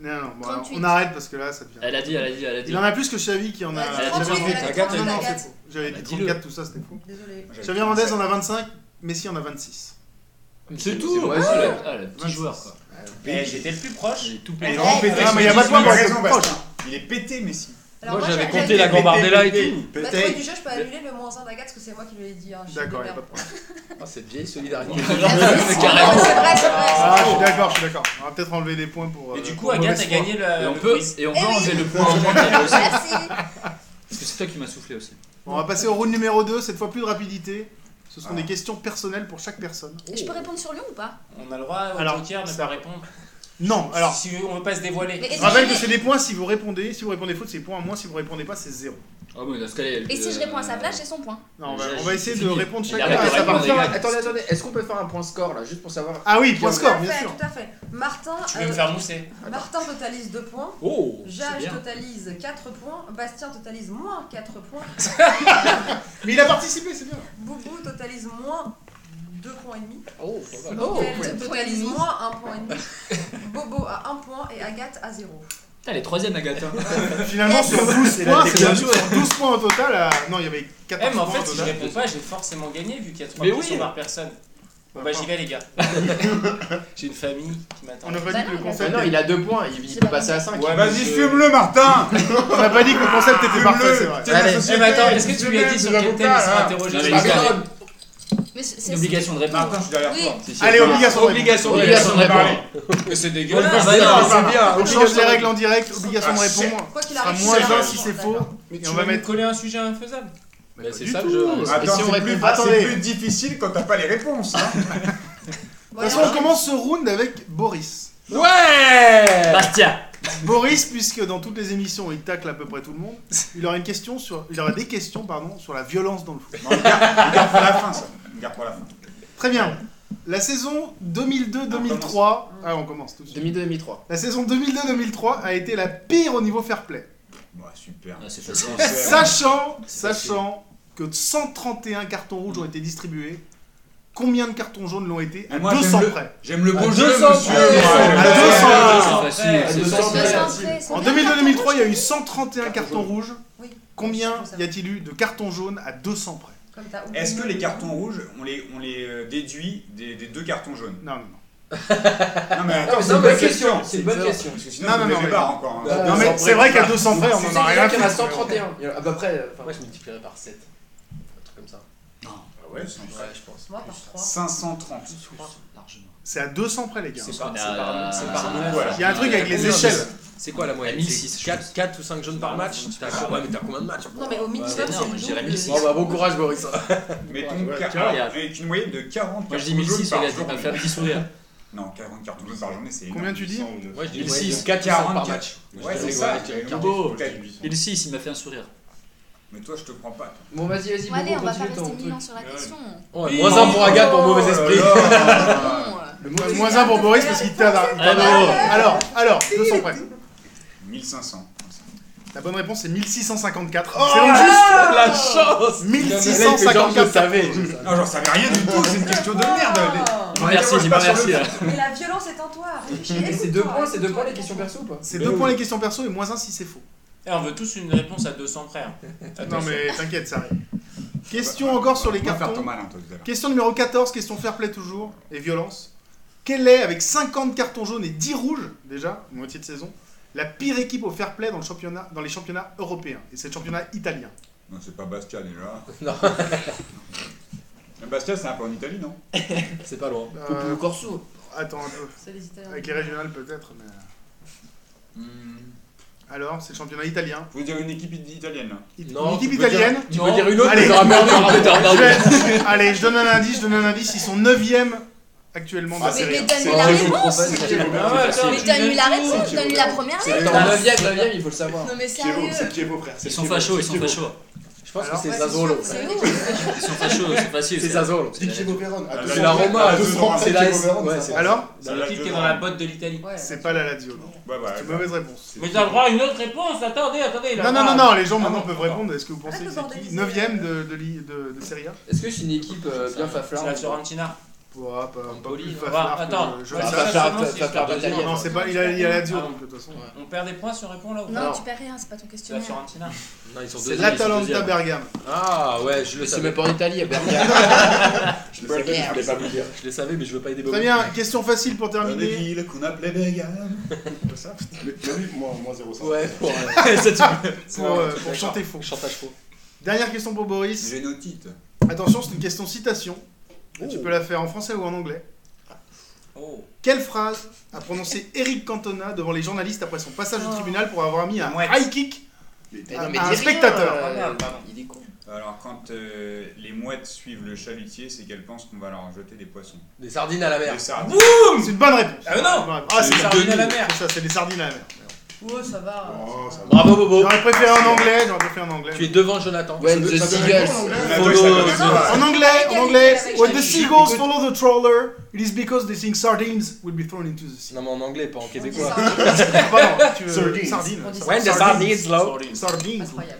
B: Non, non, bon,
G: 38.
B: on arrête parce que là, ça devient.
E: Elle a dit, elle a dit, elle a dit.
B: Il en a plus que Xavi qui en a.
G: Elle
E: a dit
B: Xavi
E: 38,
B: Hernandez-
G: Agathe,
B: Non, non,
G: Agathe.
B: c'est faux. J'avais
E: Bah,
B: dit
E: dis-le.
B: 34, tout ça, c'était faux.
G: c'est- Désolé.
B: Xavi Hernandez en a 25, Messi en a 26.
C: C'est
I: C'est
C: tout
I: moi,
E: Ouais,
I: c'est-
E: le- ah, le petit
B: Ouais.
E: joueur quoi.
D: Eh, J'étais le plus proche.
E: J'ai tout
A: Il est
E: pété.
A: vraiment
G: Eh,
A: pété.
B: ah, mais y a
A: Messi.
B: pas de point,
A: Il a
B: Bastien.
A: raison, Bastien. Il est pété, Messi.
G: Alors,
C: Moi, j'avais
G: j'ai-
C: compté
G: j'ai-
C: la gambardella et
F: pété.
C: tout.
G: Bah,
F: Peut-être.
G: toi, du jeu, je peux annuler le moins 1 d'Agathe parce que c'est moi qui lui ai dit. hein, je suis
B: D'accord,
G: une
B: il a pas
G: merde.
B: de problème.
C: Ah, cette
I: [laughs]
C: vieille solidarité.
G: Non, mais C'est vrai, c'est vrai.
B: Ah, je suis d'accord, je suis d'accord. On va peut-être enlever des points pour.
D: Et
B: euh,
D: du coup,
B: pour
D: Agathe
B: mauvaise
D: a
B: foi.
D: gagné
C: Euh,
E: Et
D: le
E: on
D: le
E: peut,
D: quiz.
E: et on
G: Eh
E: peut
G: oui.
E: enlever le
C: [laughs]
E: point en moins
B: Ah,
E: qu'elle aussi.
G: Merci.
E: Parce que c'est toi qui m'as soufflé aussi.
B: Bon, on va passer au round numéro 2, cette fois plus de rapidité. Ce sont des questions personnelles pour chaque personne.
G: Et Je peux répondre sur Lyon ou pas
D: On a le droit au
B: Alors,
D: joker de
B: ça-
D: pas répondre.
B: Non, alors.
D: Si on veut pas se dévoiler.
G: Mais-
B: Je rappelle que c'est des points si vous répondez. Si vous répondez faute, c'est points à moins. Si vous répondez pas, c'est zéro.
C: Ah,
E: Oh, bon, dans ce cas,
J: Et si je réponds à sa
C: euh,
J: place, j'ai son point.
B: Non, on va,
E: J'ai-
B: on va
E: j'ai-
B: essayer
E: j'ai
B: de
E: fini.
B: répondre
E: Il
B: chacun
E: arrête
B: à
E: de
B: sa
E: répondre,
B: Ah, part.
E: les gars.
I: Attendez, attendez, est-ce qu'on peut faire un point score là, juste pour savoir
B: Ah oui, point
G: Tout
B: score,
G: à
B: bien
G: fait,
B: sûr.
G: Tout à fait. Martin,
D: Tu veux me
G: euh,
D: faire mousser
G: Martin totalise 2 points.
C: Oh
G: Jage
E: bien.
G: totalise 4 points. Bastien totalise moins 4 points.
B: Mais il a participé, c'est bien.
G: Boubou totalise moins 2 points et demi.
C: Oh, pas mal.
G: Miguel
J: deux points et
G: totalise
J: demi.
G: moins 1 point et demi. Bobo à 1 point et Agathe à 0.
E: Putain, les troisième Agathe. hein.
B: Finalement, Eh, sur 12 points,
C: la
B: c'est bien joué. 12 points au total. à- Non, il y avait
D: Eh,
B: 14
D: mais
B: points
D: en
B: au
D: fait, si je
B: total.
D: réponds pas, j'ai forcément gagné vu qu'il y a 3
C: Mais oui.
D: questions par personne. Bon, bah, j'y vais, les gars. j'ai une famille qui m'attend.
B: On n'a pas
J: Bah
B: dit que le
J: non, il a
I: Ah
B: concept.
I: non, il a 2 points, il il peut passer à 5.
D: Ouais,
A: Vas-y,
D: monsieur.
A: fume-le, Martin
B: On n'a pas dit que le concept était parfait, c'est vrai.
A: T'es la
I: Allez.
D: Eh,
A: société,
D: mais attends, est-ce que tu lui as
A: des
D: dit sur
A: avocats,
D: quel thème il sera
A: là.
D: interrogé
E: Non, mais
D: Parce
E: les gars,
D: que-
J: Mais c'est
E: Une
J: c'est-
E: obligation de
A: Martin, je
E: répondre.
A: suis derrière
J: Oui.
A: toi.
B: Allez, obligation de
C: Obligation de
E: Obligation de
A: répondre.
E: répondre.
D: que C'est
E: Ah,
D: dégueulasse.
E: bah non.
C: C'est bien.
B: On change les règles en direct, obligation de
A: Ah, shit.
B: répondre.
G: Quoi qu'il
B: Ça sera
G: arrive,
B: moins
G: je suis
B: 20
G: là.
B: si c'est faux.
G: D'accord.
D: Mais
B: Et
D: tu
B: on
D: vas
B: va
D: me
B: mettre.
D: coller un sujet infaisable.
C: Mais
I: pas
C: c'est
I: du
C: ça le
I: tout.
C: jeu.
I: Et si
A: Attends,
I: on
A: c'est plus,
I: répond pas,
A: c'est
B: attendez.
A: plus difficile quand t'as pas les réponses. hein.
B: De toute façon, on commence ce round avec Boris.
C: Ouais
D: Bah,
E: Bastia.
B: Boris, puisque dans toutes les émissions, il tacle à peu près tout le monde, il aura une question sur, il aura des questions, pardon, sur la violence dans le foot.
A: Non, on garde on garde pour la fin, ça. On garde pour la fin.
B: Très bien. La saison 2002-2003. Ah, on commence tout de suite.
D: 2002-2003.
B: La saison 2002-2003 a été la pire au niveau fair play.
A: Bah, super.
E: Ah, c'est facile.
B: Sachant, sachant que 131 cartons rouges ont été distribués, combien de cartons jaunes l'ont été À
A: Mais moi,
B: 200
A: j'aime le-
B: près.
A: J'aime le beau
C: À
A: jeu,
C: 200,
A: monsieur.
C: ouais,
A: moi.
B: à
A: Ouais,
B: 200.
A: ouais,
E: C'est facile, c'est
J: Parce que
E: facile.
J: c'est entré, c'est
B: En
J: bien.
B: 2002-2003, il y a eu 131 cartons rouges.
G: Oui.
B: Combien y a-t-il eu de cartons jaunes à 200 près
G: Comme t'as oublié.
A: Est-ce que les cartons rouges, on les, on les euh, déduit des, des deux cartons jaunes
B: Non, non, non.
A: Non, mais
C: Non,
A: attends,
C: mais
A: c'est une bonne question.
C: C'est une bonne question.
A: Parce que sinon,
B: Non,
A: vous
B: non,
A: avez
B: non,
A: barre
B: mais- Euh,
A: encore. hein.
I: Bah,
B: Non, mais c'est vrai qu'à 200 près, on
D: Tu
B: en
D: sais
B: a rien
D: déjà qu'il y en a
B: fait.
D: 131.
I: Il y en a À peu près. enfin,
D: Moi, je multiplierais par 7. Un truc comme ça.
A: Ah ouais, c'est-
D: Ouais, je pense.
G: Moi, par 3.
A: 530.
E: Largement.
B: C'est à 200 près, les gars.
D: C'est
E: On
D: par
E: a-
D: c'est par- c'est par
A: euh,
D: match.
A: ouais.
B: Il y a un truc avec les échelles.
D: C'est quoi la moyenne
E: 1006, je
D: 4, 4 ou 5 jaunes par match T'as- Ouais, mais t'as combien de matchs
G: Non, mais au minimum,
E: c'est énorme, je
G: c'est
E: dirais
G: le
E: 1006.
I: Bon, bah, bon courage, Boris.
A: Mais ton
I: Ouais,
A: car-
E: tu vois, il y a-
A: avec une moyenne de 40
E: Moi je dis
A: cartons
E: 1006,
A: jaunes
E: regarde, je
A: par
E: vais pas me
A: journée.
E: faire un petit sourire.
A: Non, 40 cartons jaunes par journée, c'est énorme.
B: Combien tu dis
D: Moi, je dis
E: 1006,
D: 4 ou 5 par
A: 44.
D: match.
A: Ouais, c'est ça.
I: Ouais,
E: Beau.
A: Peut-être.
E: Il 6, il m'a fait un sourire.
A: Mais toi, je te prends pas.
I: Bon, vas-y, vas-y,
J: Bon, allez, on
I: Bobo,
J: va pas
I: continue
J: rester
I: ton
J: mille ans
I: truc.
J: sur la
A: Ouais.
J: question.
D: Ouais, moins 1 pour Agathe pour
A: Oh
D: mauvais esprit.
A: Ah,
E: [laughs]
J: Bon, euh,
I: Le
B: Moins-
I: mauvais-
B: Moins 1 pour Boris parce qu'il t'a t'a-
E: Ah,
B: t'a-
E: bravo.
B: Alors, alors, 200 près.
A: 1500.
B: La bonne réponse c'est 1654.
D: C'est
B: c'est juste
D: [laughs] la chance
B: 1654
D: savais.
A: Non, j'en savais rien du tout, c'est une question de merde.
E: Dis-moi Merci, dis-moi merci.
C: euh.
E: hein. là.
G: Mais la violence est en toi.
I: Et c'est deux points, c'est deux points les questions perso ou pas
B: C'est deux points les questions perso et moins 1 si c'est faux.
D: Et on veut tous une réponse à 200 près.
B: Non mais t'inquiète, ça arrive. Question encore sur les
A: cartes. faire ton
B: cartons.
A: malin, toi, tout à l'heure.
B: Question numéro 14, question fair play toujours et violence. Quelle est, avec 50 cartons jaunes et 10 rouges déjà, moitié de saison, la pire équipe au fair play dans, le championnat, dans les championnats européens Et c'est le championnat italien.
A: Non, c'est pas Bastia
C: [laughs]
A: déjà.
D: Non.
A: [laughs] Mais Bastia, c'est un peu en Italie, non
D: C'est pas loin.
B: Euh,
I: Corso.
B: attends un peu.
G: C'est les Italiens.
B: Avec les régionales peut-être, mais...
C: Hmm.
B: Alors, c'est le championnat italien.
A: Vous dire une équipe i- italienne, là.
B: It-
D: Non,
B: une équipe
D: tu peux dire- Ah,
B: italienne
D: Tu peux dire une autre,
B: Allez.
D: mais t'auras merdé, t'auras merdé, t'auras
B: Je
D: merdé.
B: vais- Allez, je donne un indice, je donne un indice. Ils sont 9ème actuellement de la
A: Ah, c'est
J: Mais,
B: série.
J: euh,
B: A.
J: mais donne-lui la réponse
D: Ah ouais, attends,
J: Mais
D: tu
J: donne-lui la
D: donnes tout.
J: réponse, donne-lui la première lettre
I: Attends, 9ème, 9ème, il faut le savoir.
J: Non mais
F: Piévo,
J: sérieux
F: c'est Piévo, frère.
E: Ils sont fachos, ils sont fachos.
D: Je pense que
B: Alors,
D: c'est
G: ouais,
D: Zazolo.
G: c'est
J: C'est où
E: Ils sont fachos, c'est facile.
I: C'est Zazor.
F: C'est Piévo Véron.
A: Ah,
F: à
A: la
F: 200,
A: Roma,
F: à
A: à
F: 200,
A: 200,
F: c'est
I: c'est la
F: Piévo
I: S.
F: Véron,
I: Ouais,
F: ça
I: c'est
F: va.
B: Alors,
D: C'est l'équipe qui est dans la botte de l'Italie.
G: Ouais,
B: c'est pas la Lazio. non.
A: Bah, bah,
B: C'est une
A: bah.
B: mauvaise réponse.
A: C'est-
D: droit à une autre réponse. Attendez, attendez.
B: Non,
G: ah,
B: non, non, non, les gens maintenant
D: non,
B: peuvent
D: d'accord.
B: répondre. Est-ce que vous pensez
G: Arrête
B: que
G: de
B: c'est qui
G: bordéliser.
B: 9ème de, de, li- de, de Serie A
I: Est-ce que c'est une équipe euh, bien faflarde ou pas
D: Fiorentina.
B: Ouah, euh, pas, pas
D: Poli,
B: plus
D: on va
B: fafard
D: voir.
B: que-
D: Attends,
B: je
D: on
B: sais
D: va
B: pas.
D: faire-
B: Non, c'est pas, il a, il a Lazio,
D: Ah,
B: donc de toute façon.
D: On perd des points si on répond là ou
J: Non,
I: Non.
J: tu perds rien, c'est pas ton
D: C'est la
J: questionnaire.
D: Fiorentina. Non, ils sont
B: C'est l'Atalanta Bergame.
C: Ah ouais, je le
I: C'est
C: savais.
I: même pas en Italie, à Bergame.
F: Je le savais, je voulais pas vous le dire.
C: Je le savais, mais je veux pas aider Bobo.
B: Très bien, question facile pour
A: Dans les
B: terminer.
A: villes qu'on appelait Bergame. C'est ça
F: Mais lui, moi, moi 0,5.
I: Ouais, pour, euh,
C: [laughs]
B: [laughs] Pour, euh, pour chanter faux.
I: chantage faux.
B: Dernière question pour Boris.
A: J'ai nos titres.
B: Attention, c'est une question citation. Tu peux la faire en français ou en anglais.
D: Oh.
B: Quelle phrase a
D: [laughs]
B: prononcé Eric Cantona devant les journalistes après son passage au
D: Oh.
B: tribunal pour avoir mis un
D: Mouette.
B: high kick
I: Mais
B: à
I: non, mais
B: à un
I: dis rien,
B: spectateur
I: euh,
D: Pardon, pardon.
I: Il est con.
A: Alors, quand euh, les mouettes suivent le chalutier, c'est qu'elles pensent qu'on va leur jeter des poissons.
C: Des sardines à la mer.
A: Des sardines.
B: C'est une bonne réponse.
D: Ah mais non
B: Ah, c'est
D: C'est
B: ça,
D: sardines à la mer.
B: c'est ça, c'est des sardines hein, à la mer.
G: Ouais, ça va.
F: Oh, ça va.
C: Bravo Bobo.
B: J'aurais préféré en anglais, j'aurais préféré en anglais.
C: Tu es devant Jonathan.
I: When the Seagulls.
A: Attends, ça doit être ça.
B: En anglais, en anglais,
J: Écoute,
B: when the
J: écoute.
B: seagulls follow the trawler, it is because they think sardines will be thrown into the sea.
C: Non mais en anglais, pas en
G: On dit
C: québécois.
G: ça,
B: Ah, Pardon, tu veux
F: Sardines.
B: sardines.
G: On dit
C: When the sardines low.
B: Sardines.
G: Incroyable.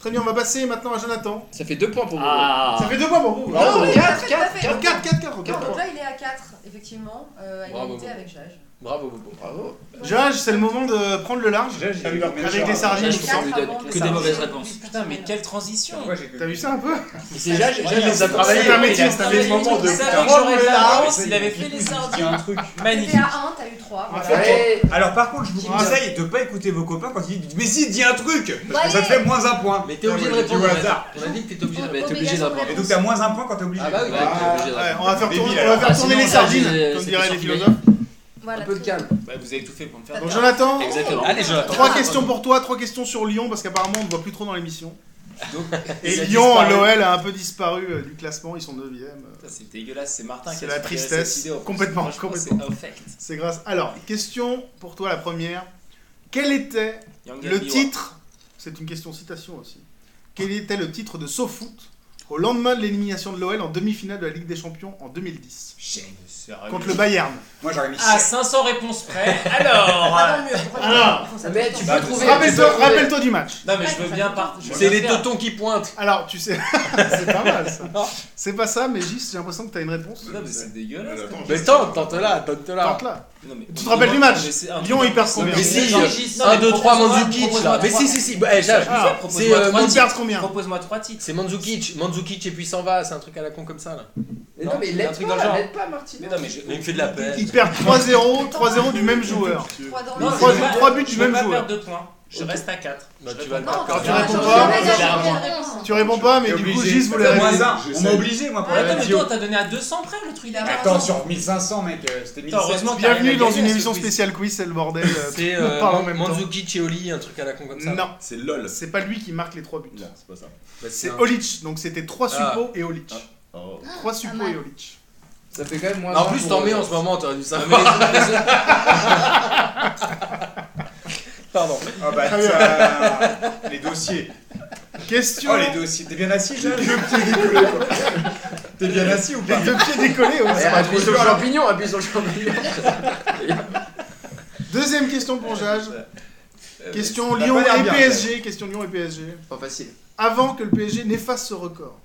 B: Très bien, on va passer maintenant à Jonathan.
I: Ça fait 2 points pour Bobo.
E: Ah
B: Ça fait deux points pour vous.
I: Bravo.
B: Bravo.
G: Tout à fait, tout à fait.
B: 4, 4, 4,
G: Donc
B: 4.
G: là, il est à 4, effectivement, euh, à
C: Bravo,
G: égalité
C: bravo.
G: avec Jage.
C: Bravo Bobo.
I: Bravo.
B: Jage, c'est le moment de prendre le large.
A: J'ai- j'ai
F: Avec
A: eu
F: des
A: combien de
B: Avec des
A: gens,
B: sardines.
E: Je
G: Quatre
E: vous
G: avant
E: donne
G: de
E: que
G: ça.
E: des mauvaises réponses.
D: Putain, mais quelle transition
A: Pourquoi j'ai que-
B: T'as vu ça un peu
I: Mais c'est Jage,
D: Ouais,
I: Jage
D: mais
I: les a
D: c'est-
I: travaillés.
B: c'est un métier,
I: Il a-
B: c'est un métier.
I: moment
D: Il
I: de-
D: savait que j'aurais de la
B: Prends-le
D: réponse, Ah il avait fait les
A: Il y a
D: sardines.
A: un truc.
G: T'es
D: Magnifique.
G: à 1, t'as eu 3.
B: Ah,
G: Voilà.
I: Ouais.
A: Alors par contre, je vous
B: Ah.
A: conseille de pas écouter vos copains quand ils disent Mais si, dis un truc
J: Bon,
A: Parce que ça te
J: allez.
A: fait moins un point.
C: Mais t'es obligé de répondre.
A: Au
C: on a
A: hasard.
C: dit- On a dit que t'étais obligé de
E: T'es
C: répondre.
E: obligé de répondre.
A: Et donc t'as moins un point quand t'es obligé.
C: Ah bah oui,
A: Bah,
C: t'es obligé de
B: Ouais, on
C: répondre.
B: va faire
A: Débile,
B: tourner, on
A: alors.
B: va faire
E: Ah,
B: tourner
E: sinon,
B: les sardines,
E: Jage, euh,
B: comme
E: c'est
B: diraient
E: sûr
B: les
E: qu'il gagne.
B: philosophes.
J: Voilà,
I: Un peu de
J: très bien.
I: calme.
D: Bah, vous avez tout fait pour me faire.
B: Donc Jonathan,
E: Exactement.
D: Allez, Jonathan.
B: trois questions pour toi, trois questions sur Lyon, parce qu'apparemment on ne voit plus trop dans l'émission. Et
D: il a
B: Lyon,
D: disparu.
B: l'OL a un peu disparu euh, du classement, ils sont 9
D: Putain, C'est dégueulasse, c'est Martin qui
B: C'est
D: a
B: la
D: inspiré
B: tristesse.
D: cette idée, en plus.
B: Complètement,
D: Franchement,
B: complètement.
D: C'est affect.
B: C'est grâce. Alors, question pour toi la première. Quel était
D: Young
B: le
D: Gabi,
B: titre C'est une question citation aussi. Quel était le titre de SoFoot au lendemain de l'élimination de l'OL en demi-finale de la Ligue des Champions en 2010
D: Sérieux.
B: contre le Bayern.
A: Moi j'aurais mis
D: À
A: six.
D: 500 Ah, réponses près. Alors.
B: Alors,
D: Mais tu peux
I: Bah,
D: trouver.
B: rappelle-toi
I: tu peux-
B: rappelle-toi du match.
D: Non mais je veux bien partir. je veux
C: Ah,
I: C'est
D: bien
I: les
D: faire.
I: totons qui pointent.
B: Alors, tu sais, [laughs] c'est pas mal ça. C'est pas ça, mais Gis, j'ai l'impression que t'as une réponse.
D: Non mais c'est dégueulasse.
E: Bah,
F: Alors, attends,
I: Mais tente, tente-la, tente-la.
B: Tente là.
D: Non, mais-
B: Tu te rappelles du match Lyon, ils perdent combien
I: Mais si, euh,
D: Non, mais Gis, non,
I: 1,
D: mais
I: 2, 3,
D: propose-moi-
I: Mandzukic
D: propose-moi
I: là. Mais
D: trois.
I: si, si, si. Bah, eh, Jacques,
B: Ah,
I: c'est euh,
D: propose-moi
B: Ils
I: Mandzukic.
B: perdent combien
D: Propose-moi trois titres.
I: C'est Mandzukic. Mandzukic et puis s'en va. C'est un truc à la con comme ça là.
D: Non, mais l'aide
I: un truc
D: pas,
I: dans le genre.
D: l'aide Mais non mais je.
E: Il me fait de la peine.
B: Ils perdent 3-0, 3-0 du même joueur.
E: hein.
D: Non,
B: Trois-
D: je veux pas-
B: trois buts du
D: je veux
B: même
D: pas
B: joueur.
D: perdre de points. Je reste à 4.
I: Bah, tu vas le
G: Non,
I: faire.
B: tu
G: vas
B: réponds
G: changer
B: pas.
G: la
D: J'ai la
G: réponse.
B: Tu réponds pas, mais du coup,
F: Obligé.
B: Gis voulait
F: Fais-moi
A: Moins
B: répondre.
A: un. On m'a
F: J'essaie.
A: obligé moi pour la
D: Attends mais
A: radio.
D: toi t'as donné à 200 près le truc.
G: Il a
A: Attends sur 1500 mec, euh, c'était 1700.
D: heureusement que t'as rien
B: Bienvenue dans
D: gagné
B: une
D: à ce
B: émission
D: quiz.
B: spéciale quiz, c'est le bordel. euh,
I: C'est
B: on parle en
I: euh,
B: même temps.
I: Mandzukic et Oli, un truc à la con comme ça. là.
B: Non,
F: C'est LOL.
B: c'est pas lui qui marque les 3 buts.
F: Non, c'est pas ça.
I: Bah,
B: C'est
I: c'est un-
B: Olic, donc c'était 3
I: Ah.
B: suppos et Olic.
F: Oh.
B: 3 suppos
J: mal.
B: et Olic.
H: Ça fait quand même moins.
I: En
H: un
I: plus,
H: pour,
I: t'en mets
H: euh,
I: en ce moment, t'aurais dû
E: Non,
I: savoir.
E: mais les- les-
I: [laughs]
E: les-
I: Pardon.
A: Ah bah tiens, les dossiers.
B: Question
A: Oh les dossiers. T'es bien assis Jeanne T'es bien assis ou pas
B: Les deux pieds décollés, ouais,
H: eh,
B: ça va.
H: Appuie sur le champignon, appuie sur le champignon.
B: Deuxième question pour Jage. Question
A: ça va
B: Lyon
A: pas l'air
B: et
A: bien,
B: PSG. Question Lyon et PSG.
H: Pas facile.
B: Avant que le PSG n'efface ce record,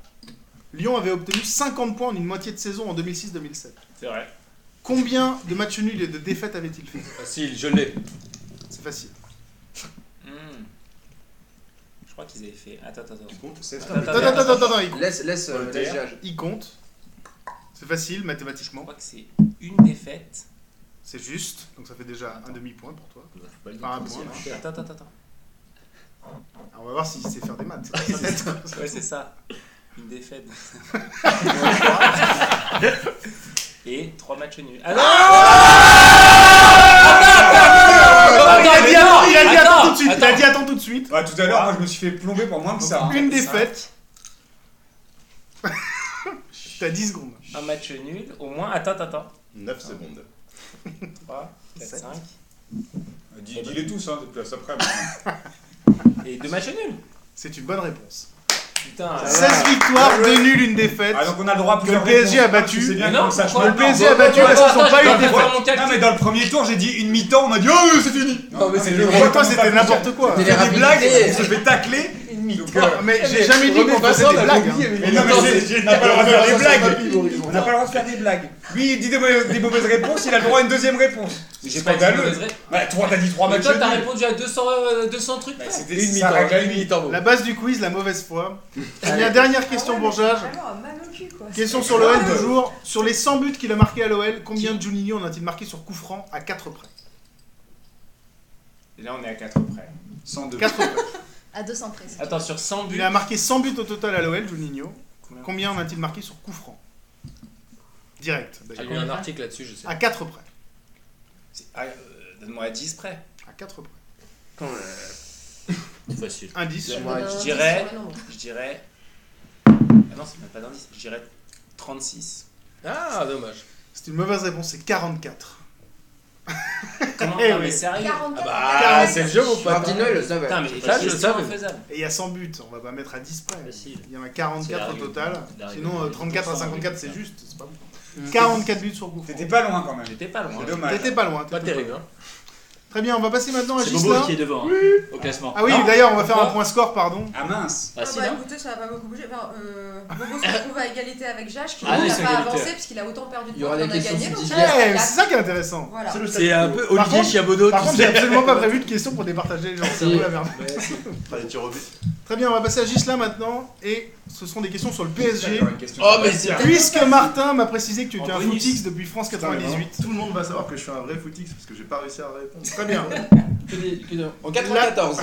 B: Lyon avait obtenu 50 points en une moitié de saison en 2006-2007.
D: C'est vrai.
B: Combien de matchs nuls et de défaites avait-il fait
I: Facile, je l'ai.
B: C'est facile.
D: Hmm. Je crois qu'ils avaient fait. Attends, attends, attends.
A: C'est
D: Attends, attends,
B: Attends,
D: attends.
B: attends, attends, attends, il compte.
H: Laisse, laisse, euh, laisse Gage.
B: Il compte. C'est facile
D: Je
B: mathématiquement.
D: crois que c'est une défaite.
B: C'est juste. Donc ça fait déjà un demi-point pour toi. Enfin, un point. hein.
D: Attends, attends, attends.
B: Alors, on va voir s'il sait faire des maths. c'est pas ça, [laughs] mais-
D: Ouais, c'est ça. Une défaite. Et trois matchs nuls. Ah non
B: Attends, il a dit- il a dit attends tout
D: Attends,
B: de suite. Il a dit attends tout de suite.
A: Bah tout à l'heure moi je me suis fait plomber pour moins que ça. hein.
B: Une défaite. [laughs] T'as 10 secondes.
D: Un match nul, au moins. Attends, attends, attends.
F: 9 secondes.
D: 3, 4,
B: Sept.
D: 5.
A: Dis- Dis-les tous hein, depuis la après.
D: Et deux matchs nuls.
B: C'est une bonne réponse.
C: Ah
D: Putain.
I: Ah,
B: 16 victoires, 2 nuls, une défaite.
A: Ah donc on a le droit à
B: Que
A: plusieurs
B: le PSG
A: réponses,
B: a battu.
A: C'est bien
D: Mais non,
A: comme ça je
D: pourquoi
A: parle
B: Le PSG
A: pas.
B: a battu parce qu'ils sont pas eu de défaite.
D: mon
A: Non mais dans le premier tour j'ai dit une mi-temps on m'a dit oh c'est fini.
I: Non, mais c'est le-
A: vois
B: Toi,
A: comment ça
B: c'était n'importe quoi.
H: C'était
A: Je fais des blagues,
H: rapidités.
A: parce que je vais tacler une mi-temps.
B: Mais j'ai jamais dit qu'on faisait des blagues. hein.
A: Mais non, mais
I: Attends,
A: c'est- on n'a pas le droit de faire des blagues. On n'a pas le droit de faire des blagues. Lui, il dit des mauvaises, des mauvaises réponses, il a le droit à une deuxième réponse.
D: J'ai pas dit de
A: Scandaleux.
D: mauvaise ré-
A: Bah, toi, t'as dit trois
D: Mais
A: matchs.
D: toi, t'as
A: nuls.
D: répondu à 200, euh, 200 trucs.
A: Bah,
D: près.
A: C'était
I: Une
A: ça règle
I: mi-temps,
A: la
I: une
A: limite.
I: mi-temps.
B: La base du quiz, la mauvaise foi. Il y a dernière question pour Jage.
G: Ah
B: Question sur l'OL toujours. Sur les 100 buts qu'il a marqués à l'OL, combien de Juninho en a-t-il marqué sur coup franc à 4 près
D: Et Là, on est à 4 près.
A: 102.
B: 4 près.
J: À 200 prises.
D: Attends, sur 100 buts.
B: Il a marqué 100 buts au total à l'OL, Juninho. Combien en a-t-il marqué sur coup franc Direct.
I: J'ai
B: d'ailleurs.
I: lu un article là-dessus, je sais.
B: À 4 près.
D: C'est- ah, euh, Donne-moi à 10 près.
B: À 4 près.
E: Facile.
B: Indice.
G: Je
D: dirais- Je dirais. Ah non, c'est même pas d'indice. Je dirais 36.
I: Ah, dommage.
B: C'est une mauvaise réponse, c'est 44.
D: Comment
B: Eh
D: Non,
B: oui.
D: mais sérieux.
G: 44.
I: Ah, c'est le jeu, mon pote.
H: Martino, il bah, le savait.
D: Putain, mais
I: Ça, je
D: c'est
I: le savais.
D: infaisable.
B: Et il y a 100 buts, on va pas mettre à 10 près.
E: Facile.
B: Il y en a
E: C'est la
B: 44 au
E: règle.
B: total.
E: La règle
B: Sinon, euh,
E: des
B: 34 à
E: 200,
B: 54,
E: ouais.
B: c'est juste, c'est pas bon. 44 buts sur coup franc.
A: T'étais pas loin quand même.
D: J'étais pas loin.
A: C'est dommage.
B: T'étais pas loin.
I: Pas
B: t'étais
I: terrible, hein.
B: pas- Très bien, on va passer maintenant à
E: C'est Bobo
B: Gislain.
E: qui est devant hein, au classement.
B: Ah oui,
E: Non
B: d'ailleurs, on va faire un
E: Pourquoi
B: point score, pardon.
A: Ah mince.
E: Ah, si,
G: bah
E: non
G: écoutez, ça va pas beaucoup bouger. Enfin, euh, Bobo se retrouve à égalité avec Jacques qui
E: Ah oui,
G: n'a
E: c'est
G: pas
E: égalité.
G: avancé parce qu'il a autant perdu de
H: Il y aura
G: points
H: des
G: qu'on a
H: questions
G: gagné. donc
H: subsidiaires.
B: Eh,
G: il
B: mais
G: a-
B: c'est ça qui est intéressant.
G: Voilà.
I: C'est un peu Olivier
B: contre-
I: Chiabodo,
B: Par
I: tu
B: contre, j'ai
I: sais.
B: absolument pas prévu de questions pour départager les gens. C'est un peu la merde.
F: Pas des tirs au but.
B: Très bien, on va passer à Gislain maintenant. Et ce sont des questions sur le PSG.
A: J'aurais une question.
I: Oh, mais c'est
B: Puisque Martin m'a précisé que tu étais
D: En
B: un
D: bonus.
B: footix depuis France 98.
F: Tout le monde va savoir que je suis un vrai footix parce que j'ai pas réussi à [laughs] répondre.
B: Très bien.
I: Que des- que des- En 94.